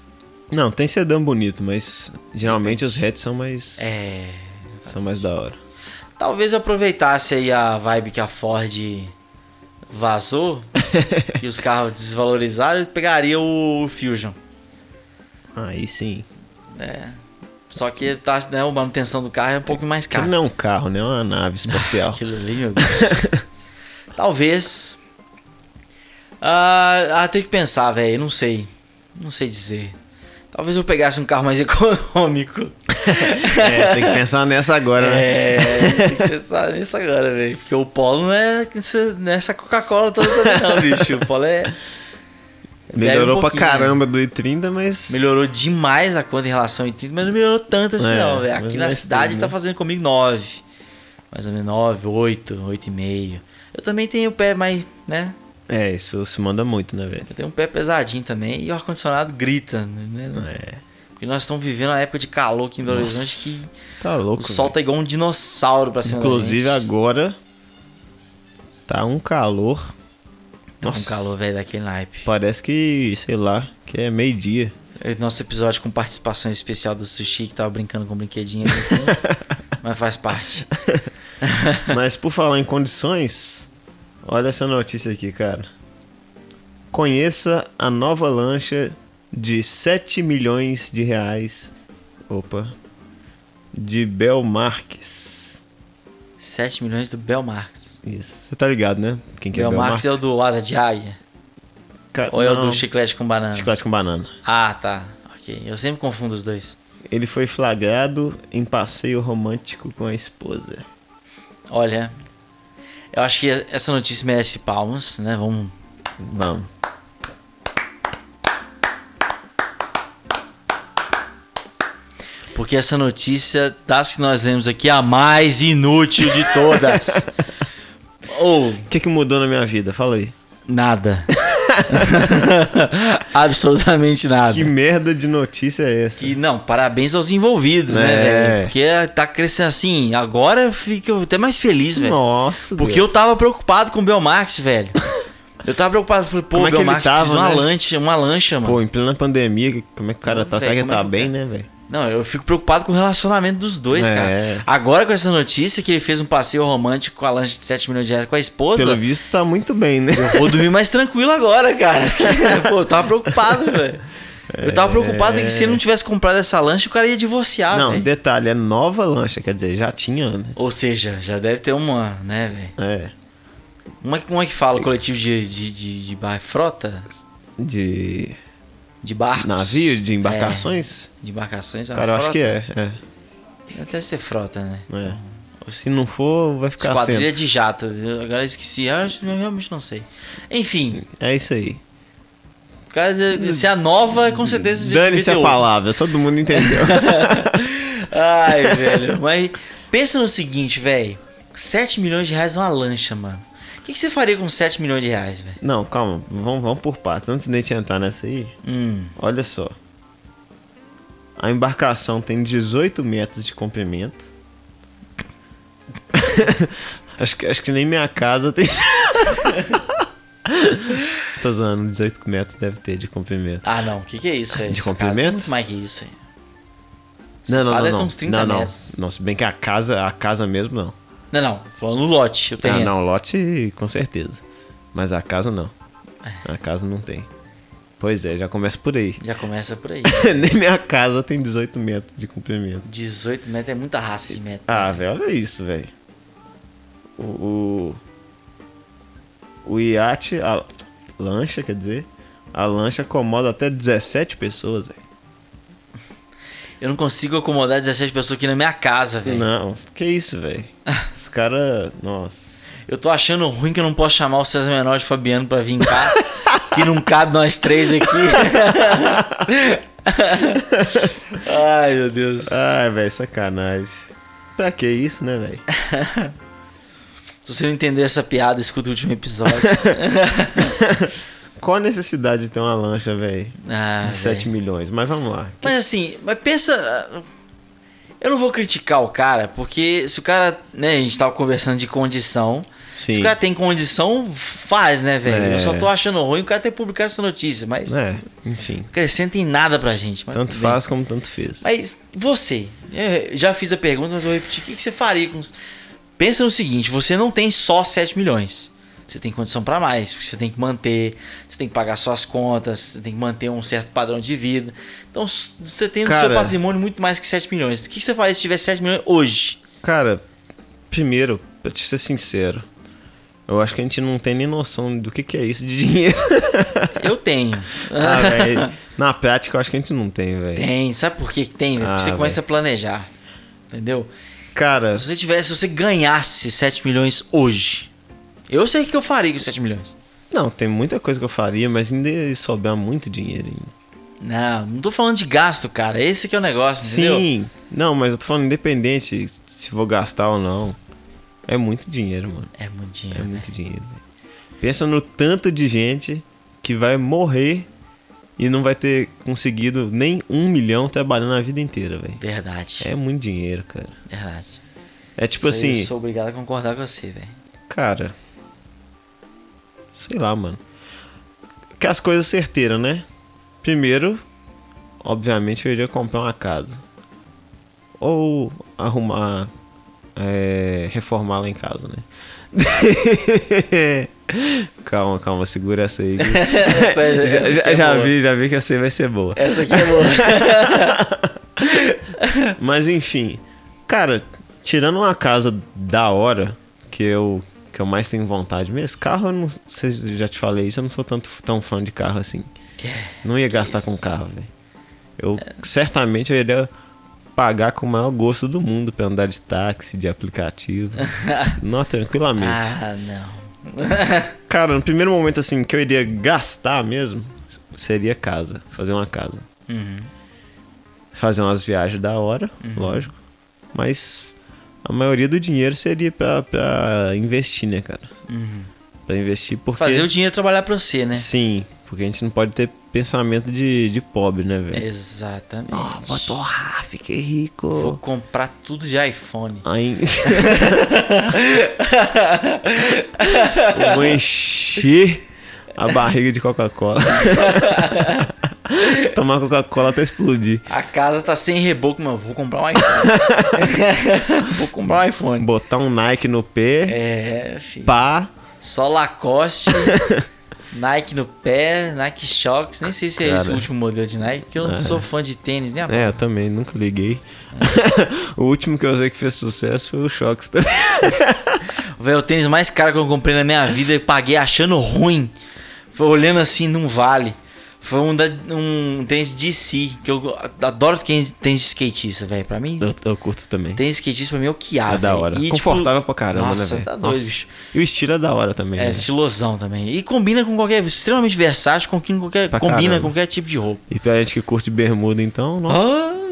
Speaker 2: Não, tem sedã bonito, mas geralmente os hats são mais
Speaker 1: É.
Speaker 2: são mais da hora.
Speaker 1: Talvez eu aproveitasse aí a vibe que a Ford vazou e os carros desvalorizaram e pegaria o Fusion.
Speaker 2: Aí sim.
Speaker 1: Só que tá, né, a manutenção do carro é um pouco mais
Speaker 2: Aquilo
Speaker 1: cara.
Speaker 2: não é um carro, né? É uma nave espacial.
Speaker 1: Aquilo ali, meu Deus. Talvez. Ah, ah, tem que pensar, velho. Não sei. Não sei dizer. Talvez eu pegasse um carro mais econômico.
Speaker 2: é, tem que pensar nessa agora, né?
Speaker 1: É, tem que pensar nisso agora, velho. Porque o Polo não é essa- nessa Coca-Cola toda também, não, bicho. O Polo é.
Speaker 2: Melhorou
Speaker 1: Deve um
Speaker 2: pra
Speaker 1: pouquinho,
Speaker 2: caramba do I30, mas
Speaker 1: Melhorou demais a conta em relação ao intuito, mas não melhorou tanto assim,
Speaker 2: É,
Speaker 1: não, velho.
Speaker 2: mas
Speaker 1: Aqui
Speaker 2: não é
Speaker 1: na
Speaker 2: isso
Speaker 1: cidade
Speaker 2: tudo,
Speaker 1: tá
Speaker 2: né?
Speaker 1: fazendo comigo 9. Mais ou menos 9, 8, 8,5. Eu também tenho o pé mais, né?
Speaker 2: é, isso se manda muito, né, velho?
Speaker 1: Eu tenho um pé pesadinho também e o ar-condicionado grita, né?
Speaker 2: É.
Speaker 1: Porque nós estamos vivendo uma época de calor aqui em Belo Horizonte que
Speaker 2: Tá louco.
Speaker 1: o sol tá igual um dinossauro pra
Speaker 2: velho.
Speaker 1: cima
Speaker 2: Inclusive
Speaker 1: da gente.
Speaker 2: agora tá um calor.
Speaker 1: Tá com calor, velho, daquele naipe.
Speaker 2: Parece que, sei lá, que é meio-dia.
Speaker 1: É o Nosso episódio com participação especial do Sushi, que tava brincando com o brinquedinho ali no fundo, mas faz parte.
Speaker 2: Mas por falar em condições, olha essa notícia aqui, cara. Conheça a nova lancha de 7 milhões de reais. Opa. De Bel Marques.
Speaker 1: 7 milhões do Belmarx.
Speaker 2: Isso. Você tá ligado, né? Quem que é
Speaker 1: Bel Marx é o do Asa de Águia?
Speaker 2: Ca-
Speaker 1: Ou é o
Speaker 2: Não,
Speaker 1: do Chiclete com Banana?
Speaker 2: Chiclete com banana.
Speaker 1: Ah, tá. Ok. Eu sempre confundo os dois.
Speaker 2: Ele foi flagrado em passeio romântico com a esposa.
Speaker 1: Olha, eu acho que essa notícia merece palmas, né? Vamos
Speaker 2: Vamos.
Speaker 1: Porque essa notícia das que nós lemos aqui é a mais inútil de todas. Ou
Speaker 2: O que, que mudou na minha vida? Fala aí.
Speaker 1: nada. Absolutamente nada.
Speaker 2: Que merda de notícia é essa?
Speaker 1: Que não, parabéns aos envolvidos, né,
Speaker 2: É.
Speaker 1: velho? Porque tá crescendo assim, agora eu fico até mais feliz, velho.
Speaker 2: Nossa,
Speaker 1: Porque
Speaker 2: Deus.
Speaker 1: eu tava preocupado com o Belmax, velho. Eu tava preocupado, falei, pô,
Speaker 2: Como é que ele
Speaker 1: Belmax
Speaker 2: tava,
Speaker 1: precisa de uma
Speaker 2: né?
Speaker 1: lancha, uma lancha, mano.
Speaker 2: Pô, em plena pandemia, como é que o cara
Speaker 1: Véi,
Speaker 2: tá? Será que ele
Speaker 1: como é
Speaker 2: tá
Speaker 1: que-
Speaker 2: bem, né, velho?
Speaker 1: Não, eu fico preocupado com o relacionamento dos dois,
Speaker 2: É.
Speaker 1: cara. Agora com essa notícia que ele fez um passeio romântico com a lancha de 7 milhões de reais com a esposa,
Speaker 2: Pelo visto, tá muito bem, né?
Speaker 1: eu vou dormir mais tranquilo agora, cara. Pô, eu tava preocupado, velho. Eu tava preocupado que se ele não tivesse comprado essa lancha, o cara ia divorciar,
Speaker 2: não,
Speaker 1: velho.
Speaker 2: detalhe, é nova lancha, quer dizer, já tinha, né?
Speaker 1: Ou seja, já deve ter uma, né, velho?
Speaker 2: É.
Speaker 1: Uma, uma que fala coletivo de, de, de, de bar- frota?
Speaker 2: De
Speaker 1: De barcos?
Speaker 2: navio, de embarcações?
Speaker 1: É, de embarcações? é uma
Speaker 2: Cara, eu acho
Speaker 1: frota?
Speaker 2: que é. é,
Speaker 1: Deve ser frota, né?
Speaker 2: é. Se não for, vai ficar
Speaker 1: Esquadrilha
Speaker 2: sendo.
Speaker 1: de jato. Eu- agora eu esqueci. Ah, eu realmente não sei. Enfim,
Speaker 2: É isso aí.
Speaker 1: o cara, se a nova, com certeza... já devia
Speaker 2: Dane-se
Speaker 1: ter
Speaker 2: a
Speaker 1: outras.
Speaker 2: palavra, todo mundo entendeu.
Speaker 1: Ai, velho. Mas pensa no seguinte, velho. 7 milhões de reais numa lancha, mano. O que, que você faria com 7 milhões de reais, velho?
Speaker 2: não, calma, vamos, vamos por partes. Antes de gente entrar nessa aí,
Speaker 1: Hum,
Speaker 2: olha só. A embarcação tem 18 metros de comprimento. acho, que, acho que nem minha casa tem. Tô zoando, 18 metros deve ter de comprimento.
Speaker 1: Ah, não. O que, que é isso, velho?
Speaker 2: De
Speaker 1: Essa casa tem
Speaker 2: comprimento?
Speaker 1: muito mais que isso, velho.
Speaker 2: Não, não,
Speaker 1: Essa parada
Speaker 2: não.
Speaker 1: tem
Speaker 2: Não,
Speaker 1: uns 30
Speaker 2: não, não.
Speaker 1: metros.
Speaker 2: não. Se bem que a casa, a casa mesmo não.
Speaker 1: Não, não. Falando no lote, o
Speaker 2: Ah,
Speaker 1: terreno.
Speaker 2: não, lote com certeza. Mas a casa não.
Speaker 1: É.
Speaker 2: A casa não tem. Pois é, já começa por aí.
Speaker 1: Já começa por aí.
Speaker 2: Nem minha casa tem 18 metros de comprimento.
Speaker 1: 18 metros é muita raça de metro.
Speaker 2: Ah, velho, olha isso, velho. O, o. O iate, a lancha, quer dizer. A lancha acomoda até 17 pessoas, velho.
Speaker 1: Eu não consigo acomodar 17 pessoas aqui na minha casa, velho.
Speaker 2: Não, que isso, velho. Os caras. Nossa.
Speaker 1: Eu tô achando ruim que eu não posso chamar o César Menor de Fabiano pra vir cá. que não cabe nós três aqui. Ai, meu Deus.
Speaker 2: Ai, velho, sacanagem. Pra que isso, né, velho?
Speaker 1: Se você não entender essa piada, escuta o último episódio.
Speaker 2: Qual a necessidade de ter uma lancha, velho?
Speaker 1: Ah,
Speaker 2: De 7
Speaker 1: velho.
Speaker 2: milhões. Mas vamos lá.
Speaker 1: Mas assim, mas pensa. Eu não vou criticar o cara, porque se o cara. Né, a gente tava conversando de condição. Se
Speaker 2: Sim.
Speaker 1: o cara tem condição, faz, né, velho?
Speaker 2: É.
Speaker 1: Eu só tô achando ruim o cara ter publicado essa notícia, mas. Não
Speaker 2: É, enfim.
Speaker 1: acrescenta em nada pra gente. mas
Speaker 2: Tanto
Speaker 1: tudo bem.
Speaker 2: faz como tanto fez.
Speaker 1: Mas você, eu já fiz a pergunta, mas vou repetir. O que que você faria com. os- Pensa no seguinte: você não tem só 7 milhões. Você tem condição para mais, porque você tem que manter, você tem que pagar suas contas, você tem que manter um certo padrão de vida. Então s- você tem no seu
Speaker 2: Cara.
Speaker 1: patrimônio muito mais que 7 milhões. O que que você faria se tivesse 7 milhões hoje?
Speaker 2: Cara, primeiro, pra te ser sincero, eu acho que a gente não tem nem noção do que, que é isso de dinheiro.
Speaker 1: Eu tenho.
Speaker 2: Ah, velho, Na prática, eu acho que a gente não tem, velho.
Speaker 1: Tem, sabe por que que tem? velho? Porque
Speaker 2: Ah,
Speaker 1: você começa a planejar. Entendeu?
Speaker 2: Cara,
Speaker 1: Se você tivesse, se você ganhasse 7 milhões hoje, eu sei o que eu faria com 7 milhões.
Speaker 2: não, tem muita coisa que eu faria, mas ainda sobrar muito dinheiro ainda.
Speaker 1: Não, não tô falando de gasto, cara. Esse que é o negócio, entendeu?
Speaker 2: Sim, não, mas eu tô falando independente se vou gastar ou não. É muito dinheiro, mano.
Speaker 1: É muito
Speaker 2: É
Speaker 1: dinheiro.
Speaker 2: muito dinheiro, velho. Pensa no tanto de gente que vai morrer e não vai ter conseguido nem um milhão trabalhando a vida inteira, velho.
Speaker 1: Verdade.
Speaker 2: É muito dinheiro, cara.
Speaker 1: Verdade.
Speaker 2: É tipo
Speaker 1: Isso aí
Speaker 2: assim,
Speaker 1: Eu sou obrigado a concordar com você, velho.
Speaker 2: cara. Sei lá, mano. Que as coisas certeiras, né? Primeiro, obviamente, eu iria comprar uma casa. Ou arrumar. é, reformar lá em casa, né? calma, calma, segura essa aí.
Speaker 1: Essa- essa
Speaker 2: já
Speaker 1: aqui
Speaker 2: já-
Speaker 1: é
Speaker 2: já
Speaker 1: boa.
Speaker 2: vi, já vi que essa aí vai ser boa.
Speaker 1: Essa aqui é boa.
Speaker 2: Mas enfim, cara, tirando uma casa da hora, que eu, que eu mais tenho vontade mesmo, carro, eu não sei se eu já te falei isso, eu não sou tanto, tão fã de carro assim. Não ia gastar com carro, velho. Eu certamente eu iria pagar com o maior gosto do mundo pra andar de táxi, de aplicativo. não, tranquilamente.
Speaker 1: ah, não.
Speaker 2: Cara, no primeiro momento assim que eu iria gastar mesmo, seria casa, fazer uma casa.
Speaker 1: Uhum.
Speaker 2: fazer umas viagens da hora, lógico. Mas a maioria do dinheiro seria pra, pra investir, né, cara? Pra investir porque.
Speaker 1: Uhum. Fazer o dinheiro trabalhar pra você, né?
Speaker 2: Sim, porque a gente não pode ter pensamento de, de pobre, né,
Speaker 1: É.
Speaker 2: velho?
Speaker 1: Exatamente.
Speaker 2: Ah, vou torrar, fiquei rico.
Speaker 1: Vou comprar tudo de iPhone.
Speaker 2: Aí... Eu vou encher a barriga de Coca-Cola. Tomar Coca-Cola até explodir.
Speaker 1: A casa tá sem reboco, mas eu vou comprar um iPhone. vou comprar um iPhone.
Speaker 2: Botar um Nike no pé,
Speaker 1: É, filho.
Speaker 2: pá.
Speaker 1: Só Lacoste, Nike no pé, Nike Shox. Nem sei se é esse
Speaker 2: Cara.
Speaker 1: o último modelo de Nike, porque eu não sou fã de tênis, né?
Speaker 2: É, eu também, nunca liguei. o último que eu usei que fez sucesso foi o Shox também.
Speaker 1: Véi, o tênis mais caro que eu comprei na minha vida e paguei achando ruim. Foi olhando assim, não vale. Foi um, da, um tênis DC, que eu adoro tênis tênis de skatista, velho. Pra mim,
Speaker 2: Eu, eu curto também.
Speaker 1: tênis de skatista pra mim é o que há,
Speaker 2: É da
Speaker 1: véi.
Speaker 2: hora.
Speaker 1: E,
Speaker 2: Confortável
Speaker 1: tipo,
Speaker 2: pra caramba,
Speaker 1: nossa,
Speaker 2: né, velho?
Speaker 1: Tá doido.
Speaker 2: Nossa. E o estilo é da hora também,
Speaker 1: É,
Speaker 2: né?
Speaker 1: estilosão também. E combina com qualquer. Extremamente versátil, combina com qualquer,
Speaker 2: Pra
Speaker 1: combina
Speaker 2: caramba.
Speaker 1: com qualquer tipo de roupa.
Speaker 2: E pra gente que curte bermuda, então, nossa,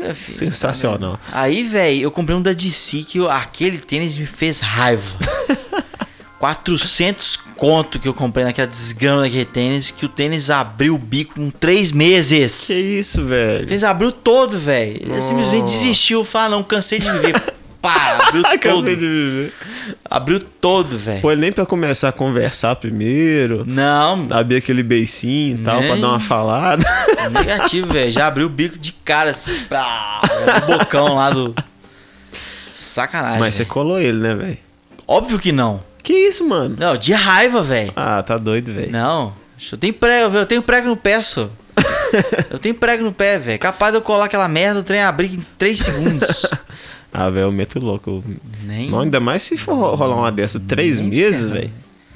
Speaker 1: Ah, filho,
Speaker 2: sensacional.
Speaker 1: Aí, velho, eu comprei um da DC que eu- aquele tênis me fez raiva. 400 conto que eu comprei naquela desgrama daquele tênis, que o tênis abriu o bico em 3 meses.
Speaker 2: Que isso,
Speaker 1: O
Speaker 2: velho?
Speaker 1: tênis abriu todo, velho. Ele simplesmente desistiu, falou, não, cansei de viver. Pá, abriu todo.
Speaker 2: Ah, Cansei de viver.
Speaker 1: Abriu todo, velho.
Speaker 2: Foi nem pra começar a conversar primeiro,
Speaker 1: Não,
Speaker 2: abrir aquele beicinho e tal,
Speaker 1: Né?
Speaker 2: pra dar uma falada.
Speaker 1: negativo, velho. Já abriu o bico de cara, assim, pá, no bocão lá do... Sacanagem,
Speaker 2: Mas você
Speaker 1: véi.
Speaker 2: colou ele, né, velho?
Speaker 1: Óbvio que não.
Speaker 2: Que isso, mano?
Speaker 1: Não, de raiva, velho.
Speaker 2: Ah, tá doido, velho.
Speaker 1: Não, eu tenho prego, velho. Eu tenho prego no pé, só. eu tenho prego no pé, velho. Capaz de eu colar aquela merda, o trem abrir em 3 segundos.
Speaker 2: Ah, velho, eu meto louco.
Speaker 1: Nem.
Speaker 2: Não, ainda mais se for ro- rolar uma dessa três meses, velho.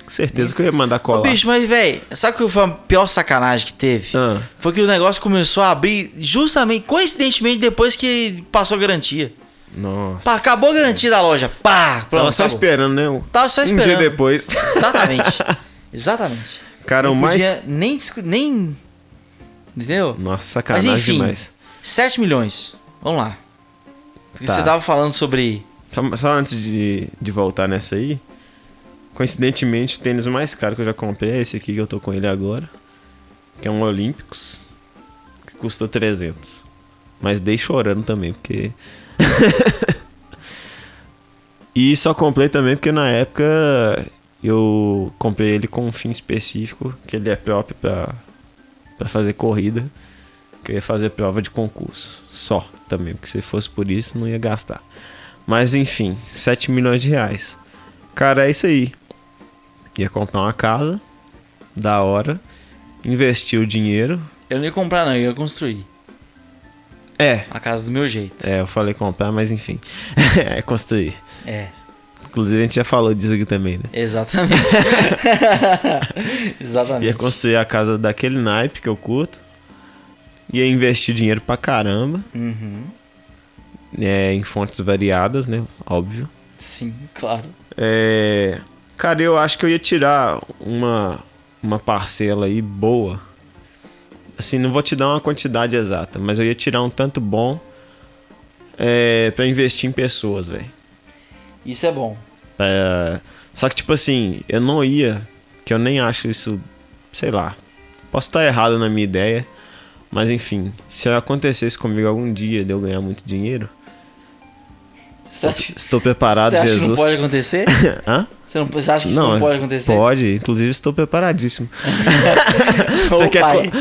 Speaker 2: Com certeza que eu ia mandar colar.
Speaker 1: Bicho, mas, velho, sabe qual foi a pior sacanagem que teve?
Speaker 2: Ah.
Speaker 1: Foi que o negócio começou a abrir justamente, coincidentemente, depois que passou a garantia.
Speaker 2: Nossa.
Speaker 1: Pá, acabou a garantia da loja. Pá! Pronto,
Speaker 2: Tava só
Speaker 1: acabou.
Speaker 2: esperando, né? um-
Speaker 1: Tava só esperando.
Speaker 2: Um dia depois.
Speaker 1: Exatamente. Exatamente.
Speaker 2: Cara, o
Speaker 1: Não
Speaker 2: mais.
Speaker 1: podia nem... discu- nem... Entendeu?
Speaker 2: Nossa,
Speaker 1: Mas
Speaker 2: sacanagem
Speaker 1: enfim,
Speaker 2: demais.
Speaker 1: 7 milhões. Vamos lá. Porque
Speaker 2: Tá.
Speaker 1: Você tava falando sobre.
Speaker 2: Só, só antes de, de voltar nessa aí, coincidentemente o tênis mais caro que eu já comprei é esse aqui que eu tô com ele agora, que é um Olímpicos, que custou 300. Mas dei chorando também, porque... e só comprei também porque na época eu comprei ele com um fim específico, que ele é próprio pra, pra fazer corrida, que eu ia fazer prova de concurso, só também, porque se fosse por isso não ia gastar. Mas enfim, 7 milhões de reais. Cara, é isso aí. Ia comprar uma casa, da hora, investir o dinheiro.
Speaker 1: Eu não ia comprar, não, eu ia construir
Speaker 2: É,
Speaker 1: a casa do meu jeito.
Speaker 2: é, eu falei comprar, mas enfim, é construir.
Speaker 1: É,
Speaker 2: Inclusive a gente já falou disso aqui também, né?
Speaker 1: exatamente.
Speaker 2: Ia
Speaker 1: exatamente.
Speaker 2: construir a casa daquele naipe que eu curto. Ia investir dinheiro pra caramba,
Speaker 1: Uhum.
Speaker 2: né, em fontes variadas, né? Óbvio.
Speaker 1: Sim, claro.
Speaker 2: É, cara, eu acho que eu ia tirar uma, uma parcela aí boa. Assim, não vou te dar uma quantidade exata, mas eu ia tirar um tanto bom é, para investir em pessoas, velho.
Speaker 1: Isso é bom.
Speaker 2: É, só que, tipo assim, eu não ia, que eu nem acho isso, sei lá. Posso estar errado na minha ideia, mas enfim, se acontecesse comigo algum dia de eu ganhar muito dinheiro,
Speaker 1: Você acha,
Speaker 2: estou preparado,
Speaker 1: você acha que não
Speaker 2: Jesus. é
Speaker 1: pode acontecer?
Speaker 2: Hã?
Speaker 1: Você, não, você acha que isso não pode acontecer?
Speaker 2: Pode, inclusive estou preparadíssimo.
Speaker 1: Ô,
Speaker 2: Você quer
Speaker 1: pai,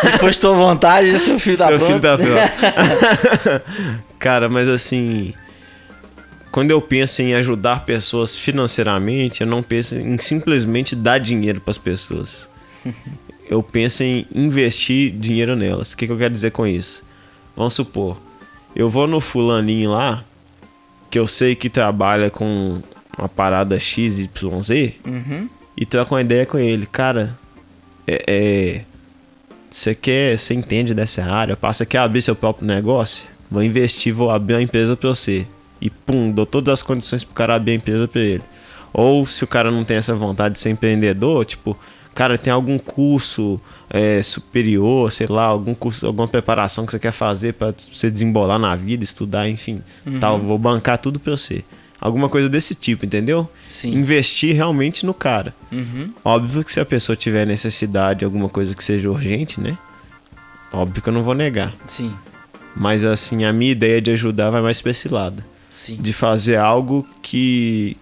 Speaker 1: se fosse tua vontade, seu filho tá da
Speaker 2: Seu
Speaker 1: puta.
Speaker 2: filho tá da puta. Cara, mas assim. Quando eu penso em ajudar pessoas financeiramente, eu não penso em simplesmente dar dinheiro para as pessoas. Eu penso em investir dinheiro nelas. O que, que eu quero dizer com isso? Vamos supor, eu vou no fulaninho lá, que eu sei que trabalha com uma parada XYZ,
Speaker 1: Uhum.
Speaker 2: e troca uma ideia com ele. Cara, é. é, Você quer. Você entende dessa área? Passa, quer abrir seu próprio negócio? Vou investir, vou abrir uma empresa pra você. E pum, dou todas as condições pro cara abrir a empresa pra ele. Ou se o cara não tem essa vontade de ser empreendedor, tipo, cara, tem algum curso é, superior, sei lá, algum curso, alguma preparação que você quer fazer pra você desembolar na vida, estudar, enfim, tal, vou bancar tudo pra você. Alguma coisa desse tipo, entendeu?
Speaker 1: Sim.
Speaker 2: Investir realmente no cara.
Speaker 1: Uhum.
Speaker 2: Óbvio que se a pessoa tiver necessidade, alguma coisa que seja urgente, né? Óbvio que eu não vou negar.
Speaker 1: Sim.
Speaker 2: Mas assim, a minha ideia de ajudar vai mais pra esse lado.
Speaker 1: Sim.
Speaker 2: De fazer algo que.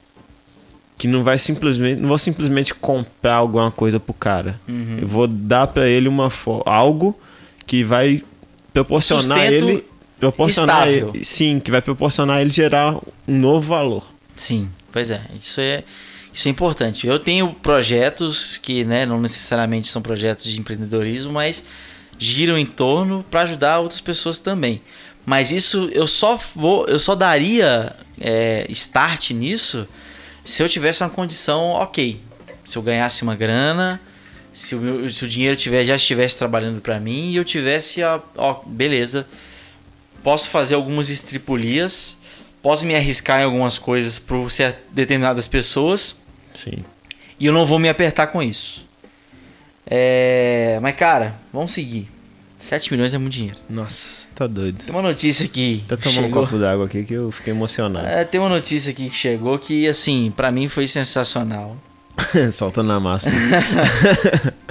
Speaker 2: Que não vai simplesmente. Não vou simplesmente comprar alguma coisa pro cara. Eu vou dar pra ele uma fo- algo que vai proporcionar
Speaker 1: Sustento
Speaker 2: ele. Proporcionar
Speaker 1: estável.
Speaker 2: ele. Sim, que vai proporcionar ele gerar um novo valor.
Speaker 1: Sim, pois é. Isso é, isso é importante. Eu tenho projetos que né, não necessariamente são projetos de empreendedorismo, mas giram em torno para ajudar outras pessoas também. Mas isso eu só vou, eu só daria é, start nisso se eu tivesse uma condição ok. Se eu ganhasse uma grana, se o, meu- se o dinheiro tiver, já estivesse trabalhando para mim e eu tivesse a. Ó, beleza, posso fazer algumas estripulias, posso me arriscar em algumas coisas para determinadas pessoas
Speaker 2: Sim.
Speaker 1: e eu não vou me apertar com isso. É, mas cara, vamos seguir. 7 milhões é muito dinheiro.
Speaker 2: Nossa, tá doido.
Speaker 1: Tem uma notícia aqui.
Speaker 2: Tá
Speaker 1: que
Speaker 2: tomando um
Speaker 1: chegou.
Speaker 2: copo d'água aqui que eu fiquei emocionado.
Speaker 1: É, tem uma notícia aqui que chegou que, assim, pra mim foi sensacional.
Speaker 2: Soltando a massa.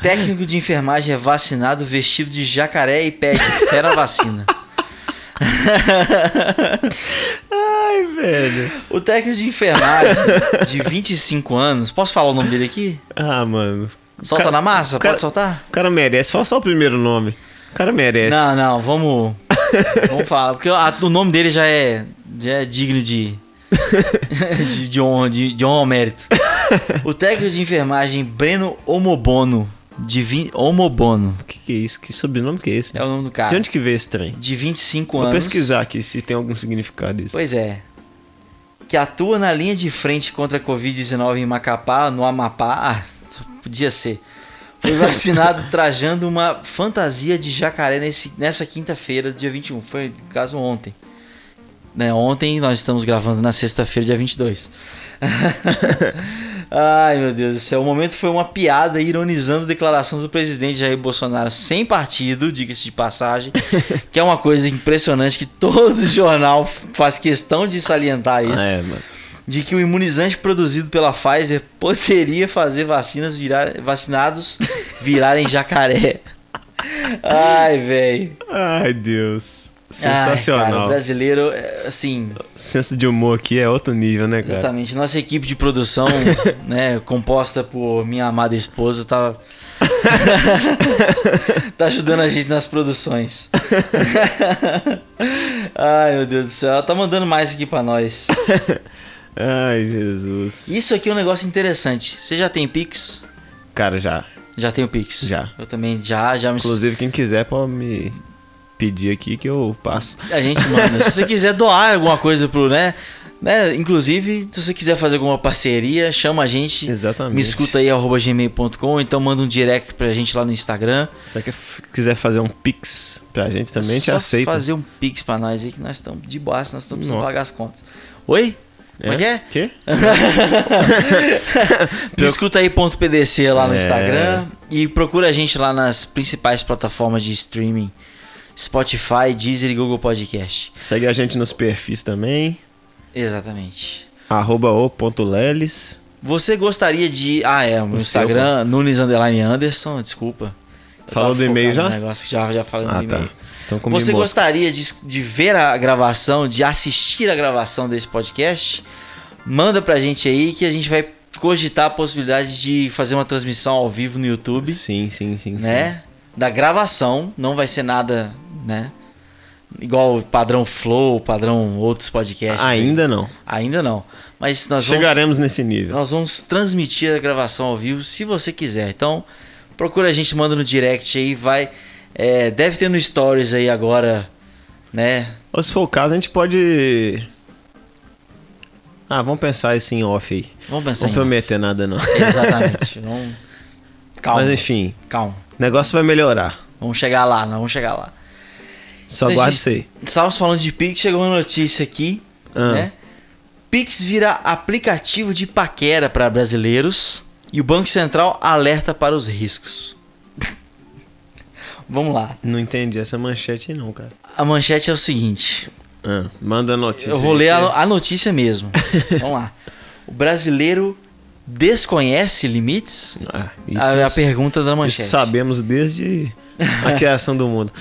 Speaker 1: Técnico de enfermagem é vacinado vestido de jacaré e pede fera vacina.
Speaker 2: Ai, velho.
Speaker 1: O técnico de enfermagem de 25 anos, posso falar o nome dele aqui?
Speaker 2: Ah, mano. O
Speaker 1: Solta
Speaker 2: cara-
Speaker 1: na massa?
Speaker 2: o cara-
Speaker 1: Pode soltar?
Speaker 2: O cara merece. Fala só o primeiro nome. O cara merece.
Speaker 1: Não, não, vamos. vamos falar, porque a- o nome dele já é, já é digno de. de, de, honra, de, de honra ao mérito. O técnico de enfermagem Breno Omobono. De vin- Omobono
Speaker 2: Que que é isso? Que sobrenome que é esse?
Speaker 1: é o nome do cara.
Speaker 2: De onde que veio esse trem?
Speaker 1: De 25
Speaker 2: Vou
Speaker 1: anos.
Speaker 2: pesquisar aqui se tem algum significado isso.
Speaker 1: Pois é. Que atua na linha de frente contra a Covid-19 em Macapá, no Amapá. Ah, podia ser. Foi vacinado trajando uma fantasia de jacaré nesse, nessa quinta-feira, dia 21. Foi, no caso, ontem. Né, ontem nós estamos gravando na sexta-feira, dia 22. Ai, meu Deus do céu. O momento foi uma piada ironizando a declaração do presidente Jair Bolsonaro sem partido, diga-se de passagem, que é uma coisa impressionante que todo jornal faz questão de salientar isso,
Speaker 2: Ah, é, mano.
Speaker 1: de que o imunizante produzido pela Pfizer poderia fazer vacinas virar, vacinados virarem jacaré. Ai, velho.
Speaker 2: Ai, Deus.
Speaker 1: Ai, cara, o
Speaker 2: Sensacional.
Speaker 1: brasileiro, é, assim,
Speaker 2: o senso de humor aqui é outro nível, né, cara?
Speaker 1: Exatamente. Nossa equipe de produção, né, composta por minha amada esposa, tá tá ajudando a gente nas produções. Ai, meu Deus do céu, ela tá mandando mais aqui pra nós.
Speaker 2: Ai, Jesus.
Speaker 1: Isso aqui é um negócio interessante. Você já tem Pix?
Speaker 2: Cara, já.
Speaker 1: Já tenho Pix.
Speaker 2: Já.
Speaker 1: Eu também já, já me
Speaker 2: Inclusive, quem quiser pode me pedir aqui que eu passo.
Speaker 1: A gente manda. se você quiser doar alguma coisa pro, né, né, inclusive, se você quiser fazer alguma parceria, chama a gente.
Speaker 2: Exatamente.
Speaker 1: Me escuta aí, arroba gmail.com, então manda um direct pra gente lá no Instagram.
Speaker 2: Se você f- quiser fazer um pix pra gente também, a gente
Speaker 1: é Só
Speaker 2: aceita.
Speaker 1: fazer um pix pra nós aí, que nós estamos de boa, senão nós estamos precisando
Speaker 2: Nossa.
Speaker 1: pagar as contas. Oi? Como é que é?
Speaker 2: Quê?
Speaker 1: Me escuta aí, ponto PDC lá no
Speaker 2: É.
Speaker 1: Instagram. E procura a gente lá nas principais plataformas de streaming. Spotify, Deezer e Google Podcast.
Speaker 2: Segue a gente nos perfis também.
Speaker 1: Exatamente.
Speaker 2: Arroba o.leles.
Speaker 1: Você gostaria de... Ah, é, o meu
Speaker 2: O seu,
Speaker 1: Instagram, Nunes Underline Anderson, desculpa. Eu
Speaker 2: Falou
Speaker 1: tava
Speaker 2: do e-mail
Speaker 1: focado
Speaker 2: já?
Speaker 1: no Negócio, já? Já falei
Speaker 2: Ah,
Speaker 1: do
Speaker 2: tá.
Speaker 1: e-mail.
Speaker 2: Então, como
Speaker 1: Você gostaria de, de ver a gravação, de assistir a gravação desse podcast? Manda pra gente aí que a gente vai cogitar a possibilidade de fazer uma transmissão ao vivo no YouTube,
Speaker 2: Sim, sim, sim.
Speaker 1: né? Da gravação, não vai ser nada, né? Igual o padrão Flow, padrão outros
Speaker 2: sim.
Speaker 1: podcasts. aí.
Speaker 2: Ah, Ainda não.
Speaker 1: Ainda não. Mas nós vamos
Speaker 2: Chegaremos nesse nível.
Speaker 1: nós vamos transmitir a gravação ao vivo se você quiser. Então, procura a gente, manda no direct aí, vai. é, deve ter no Stories aí agora, né?
Speaker 2: Ou se for o caso, a gente pode. Ah, vamos pensar isso em off aí.
Speaker 1: Vamos
Speaker 2: não
Speaker 1: pensar em...
Speaker 2: prometer nada, não.
Speaker 1: Exatamente. Vamos... Calma,
Speaker 2: Mas enfim,
Speaker 1: calma.
Speaker 2: o negócio vai melhorar.
Speaker 1: Vamos chegar lá, não vamos chegar lá.
Speaker 2: Só
Speaker 1: Mas,
Speaker 2: guarde
Speaker 1: gente,
Speaker 2: isso aí.
Speaker 1: Estávamos falando de Pix, chegou uma notícia aqui,
Speaker 2: Ah.
Speaker 1: né? Pix vira aplicativo de paquera para brasileiros E o Banco Central alerta para os riscos. Vamos lá.
Speaker 2: Não entendi essa manchete, não, cara.
Speaker 1: A manchete é o seguinte:
Speaker 2: Ah, manda a notícia.
Speaker 1: eu vou ler a, no- a notícia mesmo. Vamos lá. O brasileiro desconhece limites?
Speaker 2: Ah,
Speaker 1: A- a,
Speaker 2: isso-
Speaker 1: pergunta da
Speaker 2: isso
Speaker 1: manchete.
Speaker 2: sabemos desde a criação do mundo.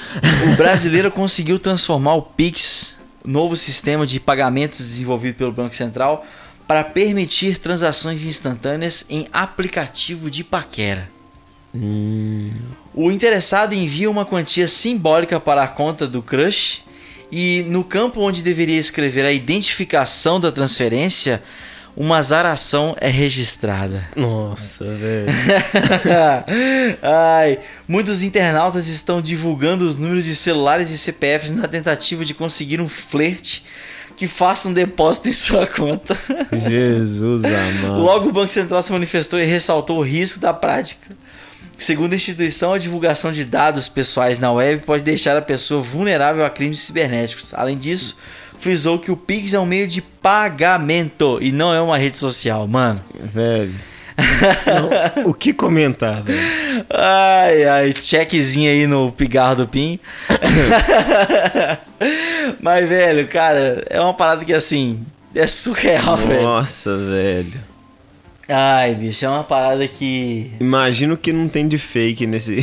Speaker 1: O brasileiro conseguiu transformar o Pix, novo sistema de pagamentos desenvolvido pelo Banco Central, para permitir transações instantâneas em aplicativo de paquera. O interessado envia uma quantia simbólica para a conta do crush e no campo onde deveria escrever a identificação da transferência, uma azaração é registrada.
Speaker 2: Nossa, velho.
Speaker 1: Ai, muitos internautas estão divulgando os números de celulares e CPFs na tentativa de conseguir um flerte que faça um depósito em sua conta.
Speaker 2: Jesus amado.
Speaker 1: Logo, o Banco Central se manifestou e ressaltou o risco da prática. Segundo a instituição, a divulgação de dados pessoais na web pode deixar a pessoa vulnerável a crimes cibernéticos. Além disso, frisou que o Pix é um meio de pagamento e não é uma rede social, mano.
Speaker 2: Velho. Não, o que comentar, velho?
Speaker 1: Ai, ai, checkzinho aí no pigarro do Pim. Mas, velho, cara, é uma parada que assim. É surreal, velho.
Speaker 2: Nossa, velho.
Speaker 1: Ai, bicho, é uma parada que.
Speaker 2: Imagino que não tem de fake nesse.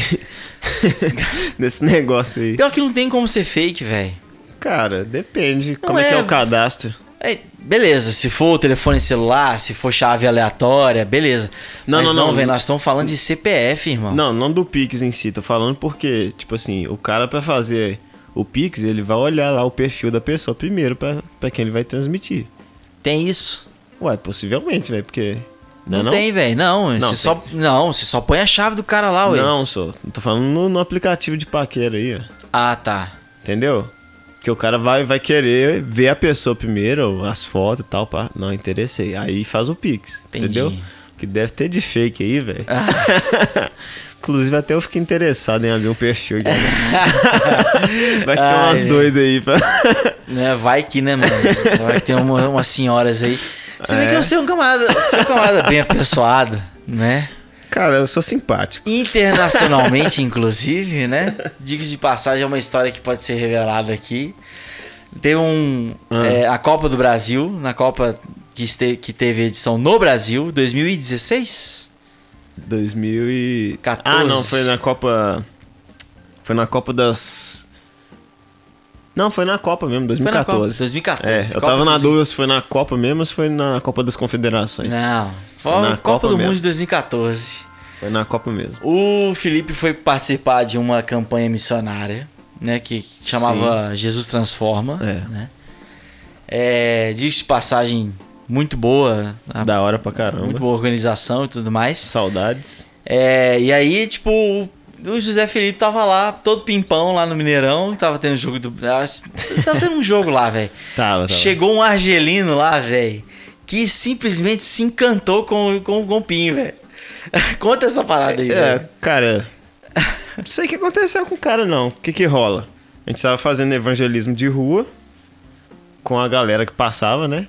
Speaker 2: nesse negócio aí.
Speaker 1: Pior que não tem como ser fake, velho.
Speaker 2: Cara, depende. Como é,
Speaker 1: é-
Speaker 2: que é o cadastro?
Speaker 1: É, beleza, se for telefone celular, se for chave aleatória, beleza.
Speaker 2: Não,
Speaker 1: Mas
Speaker 2: não,
Speaker 1: não,
Speaker 2: não.
Speaker 1: velho, nós estamos falando de CPF, irmão.
Speaker 2: Não, não do Pix em si, tô falando porque, tipo assim, o cara pra fazer o Pix, ele vai olhar lá o perfil da pessoa primeiro pra, pra quem ele vai transmitir.
Speaker 1: Tem isso?
Speaker 2: Ué, possivelmente, velho, porque. Não,
Speaker 1: Não,
Speaker 2: é não
Speaker 1: tem, velho. Não,
Speaker 2: Não,
Speaker 1: você
Speaker 2: tem,
Speaker 1: só,
Speaker 2: tem.
Speaker 1: não, você só põe a chave do cara lá, ué.
Speaker 2: Não, só. Tô falando no, no aplicativo de paquera aí, ó.
Speaker 1: Ah, tá.
Speaker 2: Entendeu? Porque o cara vai, vai querer ver a pessoa primeiro, as fotos e tal, pá. Não, interessei. Aí faz o Pix,
Speaker 1: Entendi.
Speaker 2: entendeu? Que deve ter de fake aí, velho.
Speaker 1: Ah.
Speaker 2: Inclusive, até eu fiquei interessado em abrir um perfil. aqui, né? vai ter
Speaker 1: Ai,
Speaker 2: umas
Speaker 1: velho.
Speaker 2: doidas aí. Pra...
Speaker 1: Né, vai que, né, mano? Vai que tem uma- umas senhoras aí. Você vê
Speaker 2: É.
Speaker 1: que eu sou um camarada, sou um camarada bem apessoado, né?
Speaker 2: Cara, eu sou simpático.
Speaker 1: Internacionalmente, inclusive, né? Dicas de passagem é uma história que pode ser revelada aqui. Tem um.
Speaker 2: Ah.
Speaker 1: é, a Copa do Brasil, na Copa que, este- que teve edição no Brasil, 2016.
Speaker 2: 2014.
Speaker 1: 14.
Speaker 2: Ah, não, foi na Copa. Foi na Copa das. Não, foi na Copa mesmo,
Speaker 1: Foi na Copa-
Speaker 2: 2014.
Speaker 1: 2014.
Speaker 2: É, eu
Speaker 1: Copa
Speaker 2: tava na
Speaker 1: dos-
Speaker 2: dúvida se foi na Copa mesmo ou se foi na Copa das Confederações.
Speaker 1: Não. Foi
Speaker 2: Foi na
Speaker 1: a Copa
Speaker 2: Copa
Speaker 1: do Mundo
Speaker 2: mesmo.
Speaker 1: de 2014.
Speaker 2: Foi na Copa mesmo.
Speaker 1: O Felipe foi participar de uma campanha missionária, né? Que chamava Jesus Transforma.
Speaker 2: É.
Speaker 1: Né? É, diz de passagem muito boa. a-
Speaker 2: Da hora pra caramba.
Speaker 1: muito boa organização e tudo mais.
Speaker 2: Saudades.
Speaker 1: É, e aí, tipo, o José Felipe tava lá, todo pimpão lá no Mineirão. Tava tendo jogo do. ah, Tava tendo um jogo lá, velho.
Speaker 2: Tava, tava.
Speaker 1: Chegou um argelino lá, velho, que simplesmente se encantou com, com o Gompinho, velho. Conta essa parada aí,
Speaker 2: É,
Speaker 1: velho.
Speaker 2: cara. Não sei o que aconteceu com o cara, não. O que que rola? A gente tava fazendo evangelismo de rua com a galera que passava, né?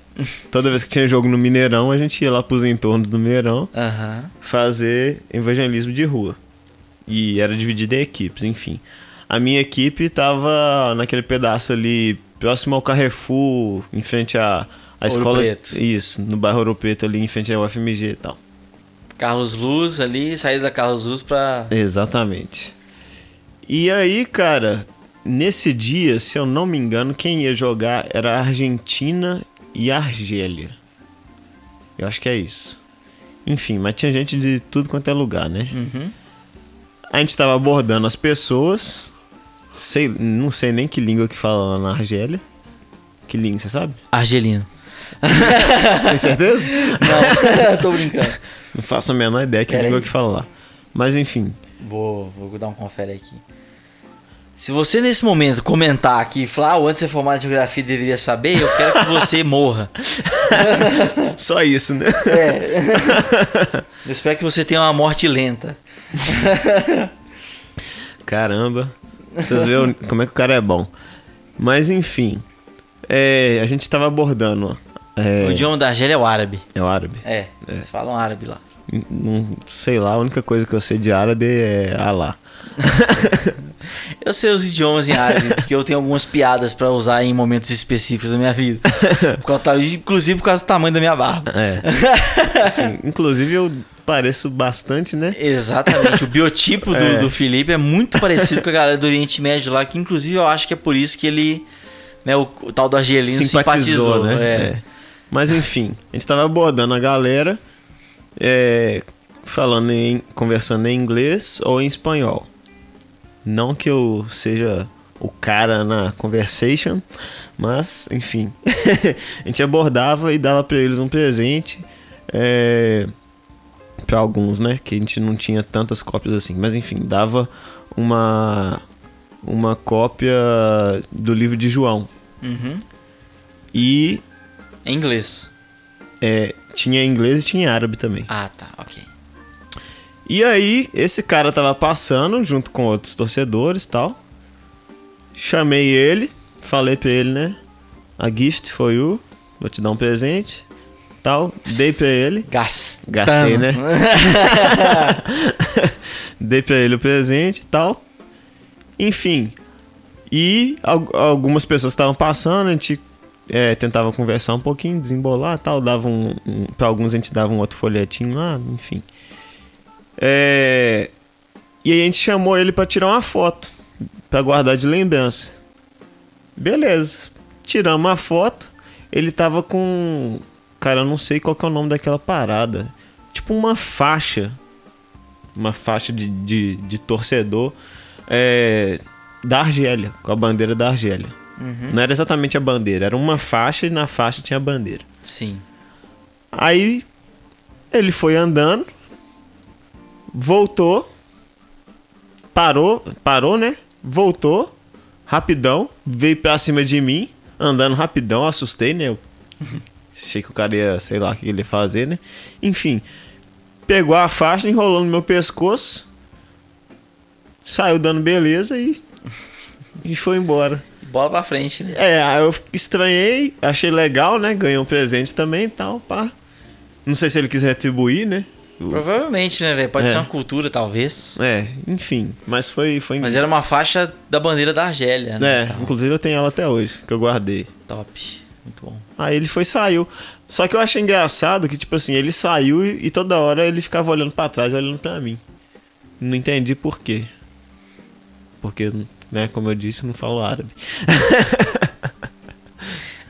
Speaker 2: Toda vez que tinha jogo no Mineirão, a gente ia lá pros entornos do Mineirão
Speaker 1: Aham.
Speaker 2: fazer evangelismo de rua. E era dividido em equipes, enfim. A minha equipe tava naquele pedaço ali, próximo ao Carrefour, em frente à, à
Speaker 1: Ouro
Speaker 2: escola.
Speaker 1: Preto.
Speaker 2: Isso, no bairro Ouro Preto ali, em frente à UFMG e tal.
Speaker 1: Carlos Luz ali, saída da Carlos Luz pra.
Speaker 2: Exatamente. E aí, cara, nesse dia, se eu não me engano, quem ia jogar era a Argentina e a Argélia. Eu acho que é isso. Enfim, mas tinha gente de tudo quanto é lugar, né?
Speaker 1: Uhum.
Speaker 2: A gente tava abordando as pessoas. Sei, não sei nem que língua que fala lá na Argélia. Que língua, você sabe?
Speaker 1: Argelino.
Speaker 2: Tem certeza?
Speaker 1: Não, tô brincando.
Speaker 2: não faço a menor ideia que
Speaker 1: Pera
Speaker 2: língua
Speaker 1: aí.
Speaker 2: que fala lá. Mas enfim,
Speaker 1: Vou, vou dar um confere aqui. Se você nesse momento comentar aqui e falar, ah, o antes de ser formado em geografia deveria saber, eu quero que você morra.
Speaker 2: só isso, né?
Speaker 1: Eu espero que você tenha uma morte lenta.
Speaker 2: Caramba. Pra vocês verem como é que o cara é bom. Mas enfim. é, a gente tava abordando. ó,
Speaker 1: O
Speaker 2: É,
Speaker 1: idioma da Argélia é o árabe.
Speaker 2: é o árabe.
Speaker 1: É, eles falam árabe lá.
Speaker 2: Não sei lá, a única coisa que eu sei de árabe é Alá.
Speaker 1: Eu sei os idiomas em árabe, porque eu tenho algumas piadas pra usar em momentos específicos da minha vida. Por causa- tá- Inclusive por causa do tamanho da minha barba.
Speaker 2: É. Enfim, inclusive eu pareço bastante, né?
Speaker 1: Exatamente, o biotipo do,
Speaker 2: É.
Speaker 1: do Felipe é muito parecido com a galera do Oriente Médio lá, que inclusive eu acho que é por isso que ele, né, o, o tal do Argelino simpatizou,
Speaker 2: né?
Speaker 1: é.
Speaker 2: É. Mas enfim, a gente tava abordando a galera, é, falando em, conversando em inglês ou em espanhol. Não que eu seja o cara na conversation, mas enfim, a gente abordava e dava pra eles um presente. É, para alguns, né? Que a gente não tinha tantas cópias assim. Mas enfim, dava uma uma cópia do livro de João
Speaker 1: Uhum.
Speaker 2: e
Speaker 1: Em inglês.
Speaker 2: é, tinha inglês e tinha árabe também.
Speaker 1: Ah, tá, ok.
Speaker 2: E aí esse cara tava passando junto com outros torcedores, e tal. Chamei ele, falei pra ele, né? A gift for you, vou te dar um presente, tal. Dei pra ele.
Speaker 1: Gastando.
Speaker 2: Gastei, né? Dei pra ele o presente e tal. Enfim. E al- algumas pessoas estavam passando, a gente é, tentava conversar um pouquinho, desembolar e tal. Dava um, um, pra alguns a gente dava um outro folhetinho lá, enfim. É, e aí a gente chamou ele pra tirar uma foto, pra guardar de lembrança. Beleza. Tiramos a foto. Ele tava com. Cara, eu não sei qual que é o nome daquela parada. Tipo uma faixa. Uma faixa de, de, de torcedor é, da Argélia, com a bandeira da Argélia. Não era exatamente a bandeira, era uma faixa e na faixa tinha a bandeira.
Speaker 1: Sim.
Speaker 2: Aí ele foi andando, voltou, parou, parou, né? Voltou, rapidão, veio pra cima de mim, andando rapidão, assustei, né? Eu achei que o cara ia, sei lá, o que ele ia fazer, né? Enfim, pegou a faixa, enrolou no meu pescoço, saiu dando beleza e, e foi embora.
Speaker 1: Bola pra frente, né?
Speaker 2: É, aí eu estranhei, achei legal, né? Ganhei um presente também e tal, pá. Não sei se ele quis retribuir, né? O-
Speaker 1: Provavelmente, né, velho? Pode
Speaker 2: É.
Speaker 1: ser uma cultura, talvez.
Speaker 2: É, enfim, mas foi. foi
Speaker 1: Mas era uma faixa da bandeira da Argélia, né?
Speaker 2: É,
Speaker 1: Tal.
Speaker 2: inclusive eu tenho ela até hoje, que eu guardei.
Speaker 1: Top. Muito bom.
Speaker 2: Aí ele foi e saiu. Só que eu achei engraçado que, tipo assim, ele saiu e, e toda hora ele ficava olhando pra trás, olhando pra mim. Não entendi por quê. Porque, né, como eu disse, eu não falo árabe.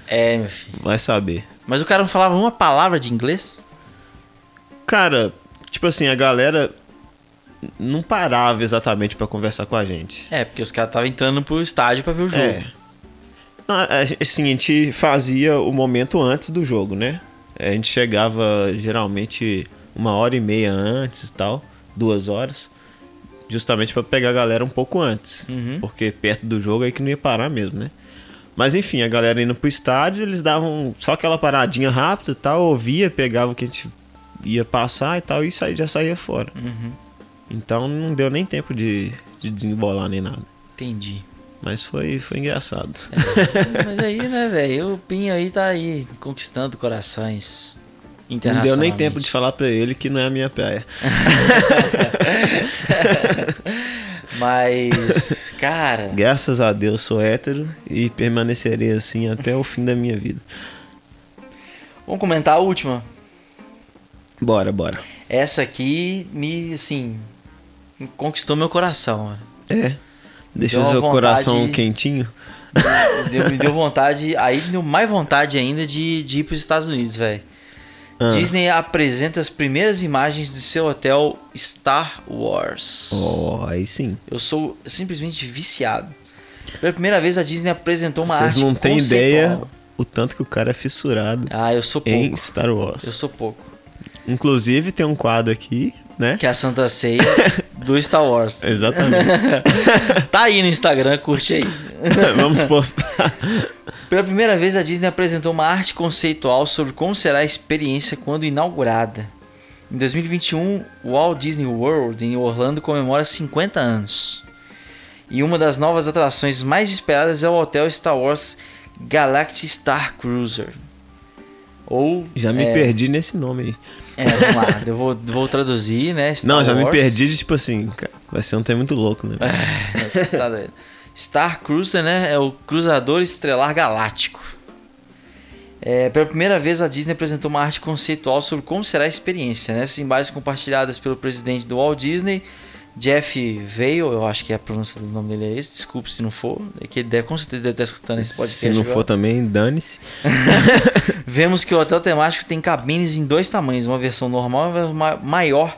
Speaker 1: É, meu filho.
Speaker 2: Vai saber.
Speaker 1: Mas o cara não falava uma palavra de inglês?
Speaker 2: Cara, tipo assim, a galera não parava exatamente pra conversar com a gente.
Speaker 1: É, porque os caras estavam entrando pro estádio pra ver o jogo.
Speaker 2: É. Ah, a gen- Assim, a gente fazia o momento antes do jogo, né? A gente chegava geralmente uma hora e meia antes e tal, duas horas, justamente pra pegar a galera um pouco antes,
Speaker 1: Uhum.
Speaker 2: porque perto do jogo é aí que não ia parar mesmo, né? Mas enfim, a galera indo pro estádio, eles davam só aquela paradinha rápida e tal, ouvia, pegava o que a gente ia passar e tal, e saía- já saía fora.
Speaker 1: Uhum.
Speaker 2: Então não deu nem tempo de, de desembolar nem nada.
Speaker 1: Entendi.
Speaker 2: Mas foi, foi engraçado.
Speaker 1: Mas aí, né, velho? O Pinho aí tá aí conquistando corações.
Speaker 2: Não
Speaker 1: É, Internacionalmente.
Speaker 2: deu nem tempo de falar pra ele que não é a minha praia.
Speaker 1: Mas, cara.
Speaker 2: Graças a Deus sou hétero e permanecerei assim até o fim da minha vida.
Speaker 1: Vamos comentar a última.
Speaker 2: Bora, bora.
Speaker 1: Essa aqui me, assim. Conquistou meu coração, mano.
Speaker 2: É.
Speaker 1: Deu
Speaker 2: Deixou
Speaker 1: uma
Speaker 2: seu
Speaker 1: vontade-
Speaker 2: coração quentinho.
Speaker 1: Deu- me deu vontade, aí me deu mais vontade ainda de, de ir pros Estados Unidos, velho.
Speaker 2: Ah.
Speaker 1: Disney apresenta as primeiras imagens do seu hotel Star Wars.
Speaker 2: Oh, aí sim.
Speaker 1: Eu sou simplesmente viciado. Pela primeira vez a Disney apresentou uma
Speaker 2: Vocês
Speaker 1: arte
Speaker 2: não têm
Speaker 1: conceitual.
Speaker 2: ideia o tanto que o cara é fissurado
Speaker 1: Ah, eu sou pouco.
Speaker 2: em Star Wars.
Speaker 1: Eu sou pouco.
Speaker 2: Inclusive tem um quadro aqui, né?
Speaker 1: Que é a Santa Ceia do Star Wars.
Speaker 2: É. Exatamente.
Speaker 1: tá aí no Instagram, curte aí.
Speaker 2: Vamos postar.
Speaker 1: Pela primeira vez, a Disney apresentou uma arte conceitual sobre como será a experiência quando inaugurada. Em 2021, o Walt Disney World em Orlando comemora 50 anos. E uma das novas atrações mais esperadas é o hotel Star Wars Galactic Star Cruiser. Ou
Speaker 2: Já me
Speaker 1: é,
Speaker 2: perdi nesse nome aí.
Speaker 1: É, vamos lá. Eu vou, vou traduzir, né? Star
Speaker 2: Não, já me
Speaker 1: Wars.
Speaker 2: perdi de tipo assim, cara, vai ser um tema muito louco, né?
Speaker 1: É, você tá doido. Star Cruiser, né? É o Cruzador Estrelar Galáctico. É, pela primeira vez, a Disney apresentou uma arte conceitual sobre como será a experiência. Né? Essas imagens compartilhadas pelo presidente do Walt Disney, Jeff Vail, eu acho que a pronúncia do nome dele é esse, desculpe se não for, é que ele deve, com certeza deve estar escutando esse podcast.
Speaker 2: Se não
Speaker 1: agora.
Speaker 2: for também, dane-se.
Speaker 1: Vemos que o hotel temático tem cabines em dois tamanhos, uma versão normal e uma ma- maior,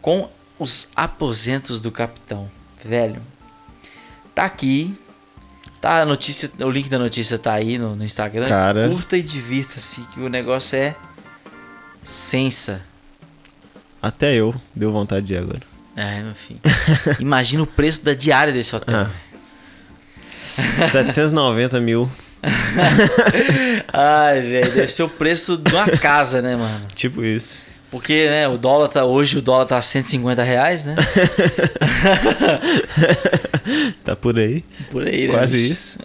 Speaker 1: com os aposentos do capitão. Velho, tá aqui. Tá a notícia, o link da notícia tá aí no, no Instagram.
Speaker 2: Cara.
Speaker 1: Curta e divirta-se, que o negócio é sensa.
Speaker 2: Até eu deu vontade de ir agora.
Speaker 1: É, meu filho. Imagina o preço da diária desse hotel.
Speaker 2: Ah. É. 790 mil.
Speaker 1: Ai, velho, deve ser o preço de uma casa, né, mano?
Speaker 2: Tipo isso.
Speaker 1: Porque, né, o dólar tá. Hoje o dólar tá 150 reais, né?
Speaker 2: Tá por aí.
Speaker 1: Por aí, né?
Speaker 2: Quase
Speaker 1: bicho?
Speaker 2: isso.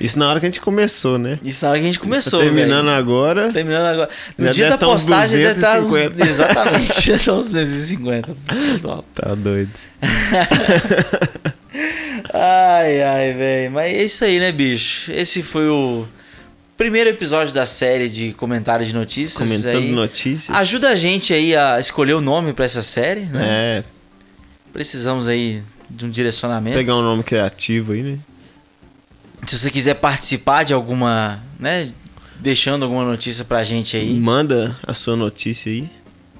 Speaker 2: isso na hora que a gente começou, né?
Speaker 1: Isso na hora que a gente começou,
Speaker 2: Tá
Speaker 1: velho.
Speaker 2: terminando agora.
Speaker 1: Terminando agora. No
Speaker 2: Já
Speaker 1: dia
Speaker 2: deve
Speaker 1: da
Speaker 2: tá uns
Speaker 1: postagem deve estar. uns-
Speaker 2: 250.
Speaker 1: Exatamente, já tá uns 250. Top.
Speaker 2: Tá doido.
Speaker 1: Ai, ai, velho. Mas é isso aí, né, bicho? Esse foi o primeiro episódio da série de comentários de notícias.
Speaker 2: Comentando
Speaker 1: aí.
Speaker 2: notícias.
Speaker 1: Ajuda a gente aí a escolher o nome pra essa série, né?
Speaker 2: É,
Speaker 1: Precisamos aí de um direcionamento.
Speaker 2: pegar um nome criativo aí, né?
Speaker 1: Se você quiser participar de alguma, né, deixando alguma notícia pra gente aí,
Speaker 2: Manda a sua notícia aí.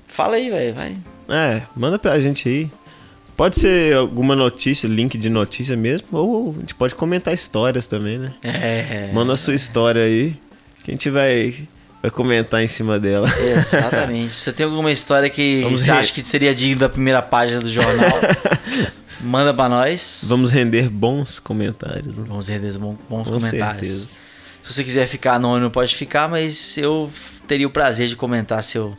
Speaker 1: fala aí, velho, vai.
Speaker 2: É, manda pra gente aí. Pode ser alguma notícia, link de notícia mesmo, ou a gente pode comentar histórias também, né?
Speaker 1: É.
Speaker 2: Manda a sua história aí, que a gente vai, vai comentar em cima dela.
Speaker 1: Exatamente. Você tem alguma história que
Speaker 2: Vamos
Speaker 1: você
Speaker 2: re-
Speaker 1: acha que seria digno da primeira página do jornal? Manda pra nós.
Speaker 2: Vamos render bons comentários, né?
Speaker 1: Vamos render bons, bons
Speaker 2: Com
Speaker 1: comentários.
Speaker 2: certeza.
Speaker 1: Se você quiser ficar anônimo, pode ficar, mas eu teria o prazer de comentar seu,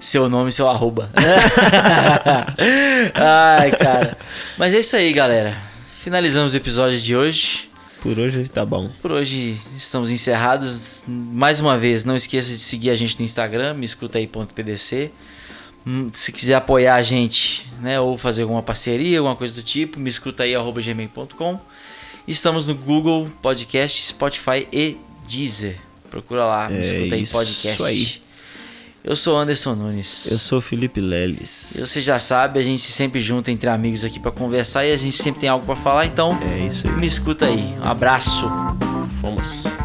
Speaker 1: seu nome e seu arroba. Ai, cara. Mas é isso aí, galera. Finalizamos o episódio de hoje.
Speaker 2: Por hoje tá bom.
Speaker 1: Por hoje estamos encerrados. Mais uma vez, não esqueça de seguir a gente no Instagram, me escuta aí.pdc. Hum, Se quiser apoiar a gente, né, ou fazer alguma parceria, alguma coisa do tipo, me escuta aí arroba gmail.com. Estamos no Google Podcast, Spotify e Deezer. Procura lá, me
Speaker 2: É
Speaker 1: escuta aí
Speaker 2: isso
Speaker 1: podcast.
Speaker 2: aí.
Speaker 1: Eu sou Anderson Nunes.
Speaker 2: Eu sou o Felipe Leles.
Speaker 1: Você já sabe, a gente sempre junta entre amigos aqui para conversar e a gente sempre tem algo para falar, então
Speaker 2: É isso aí.
Speaker 1: me escuta aí. Um abraço.
Speaker 2: Fomos.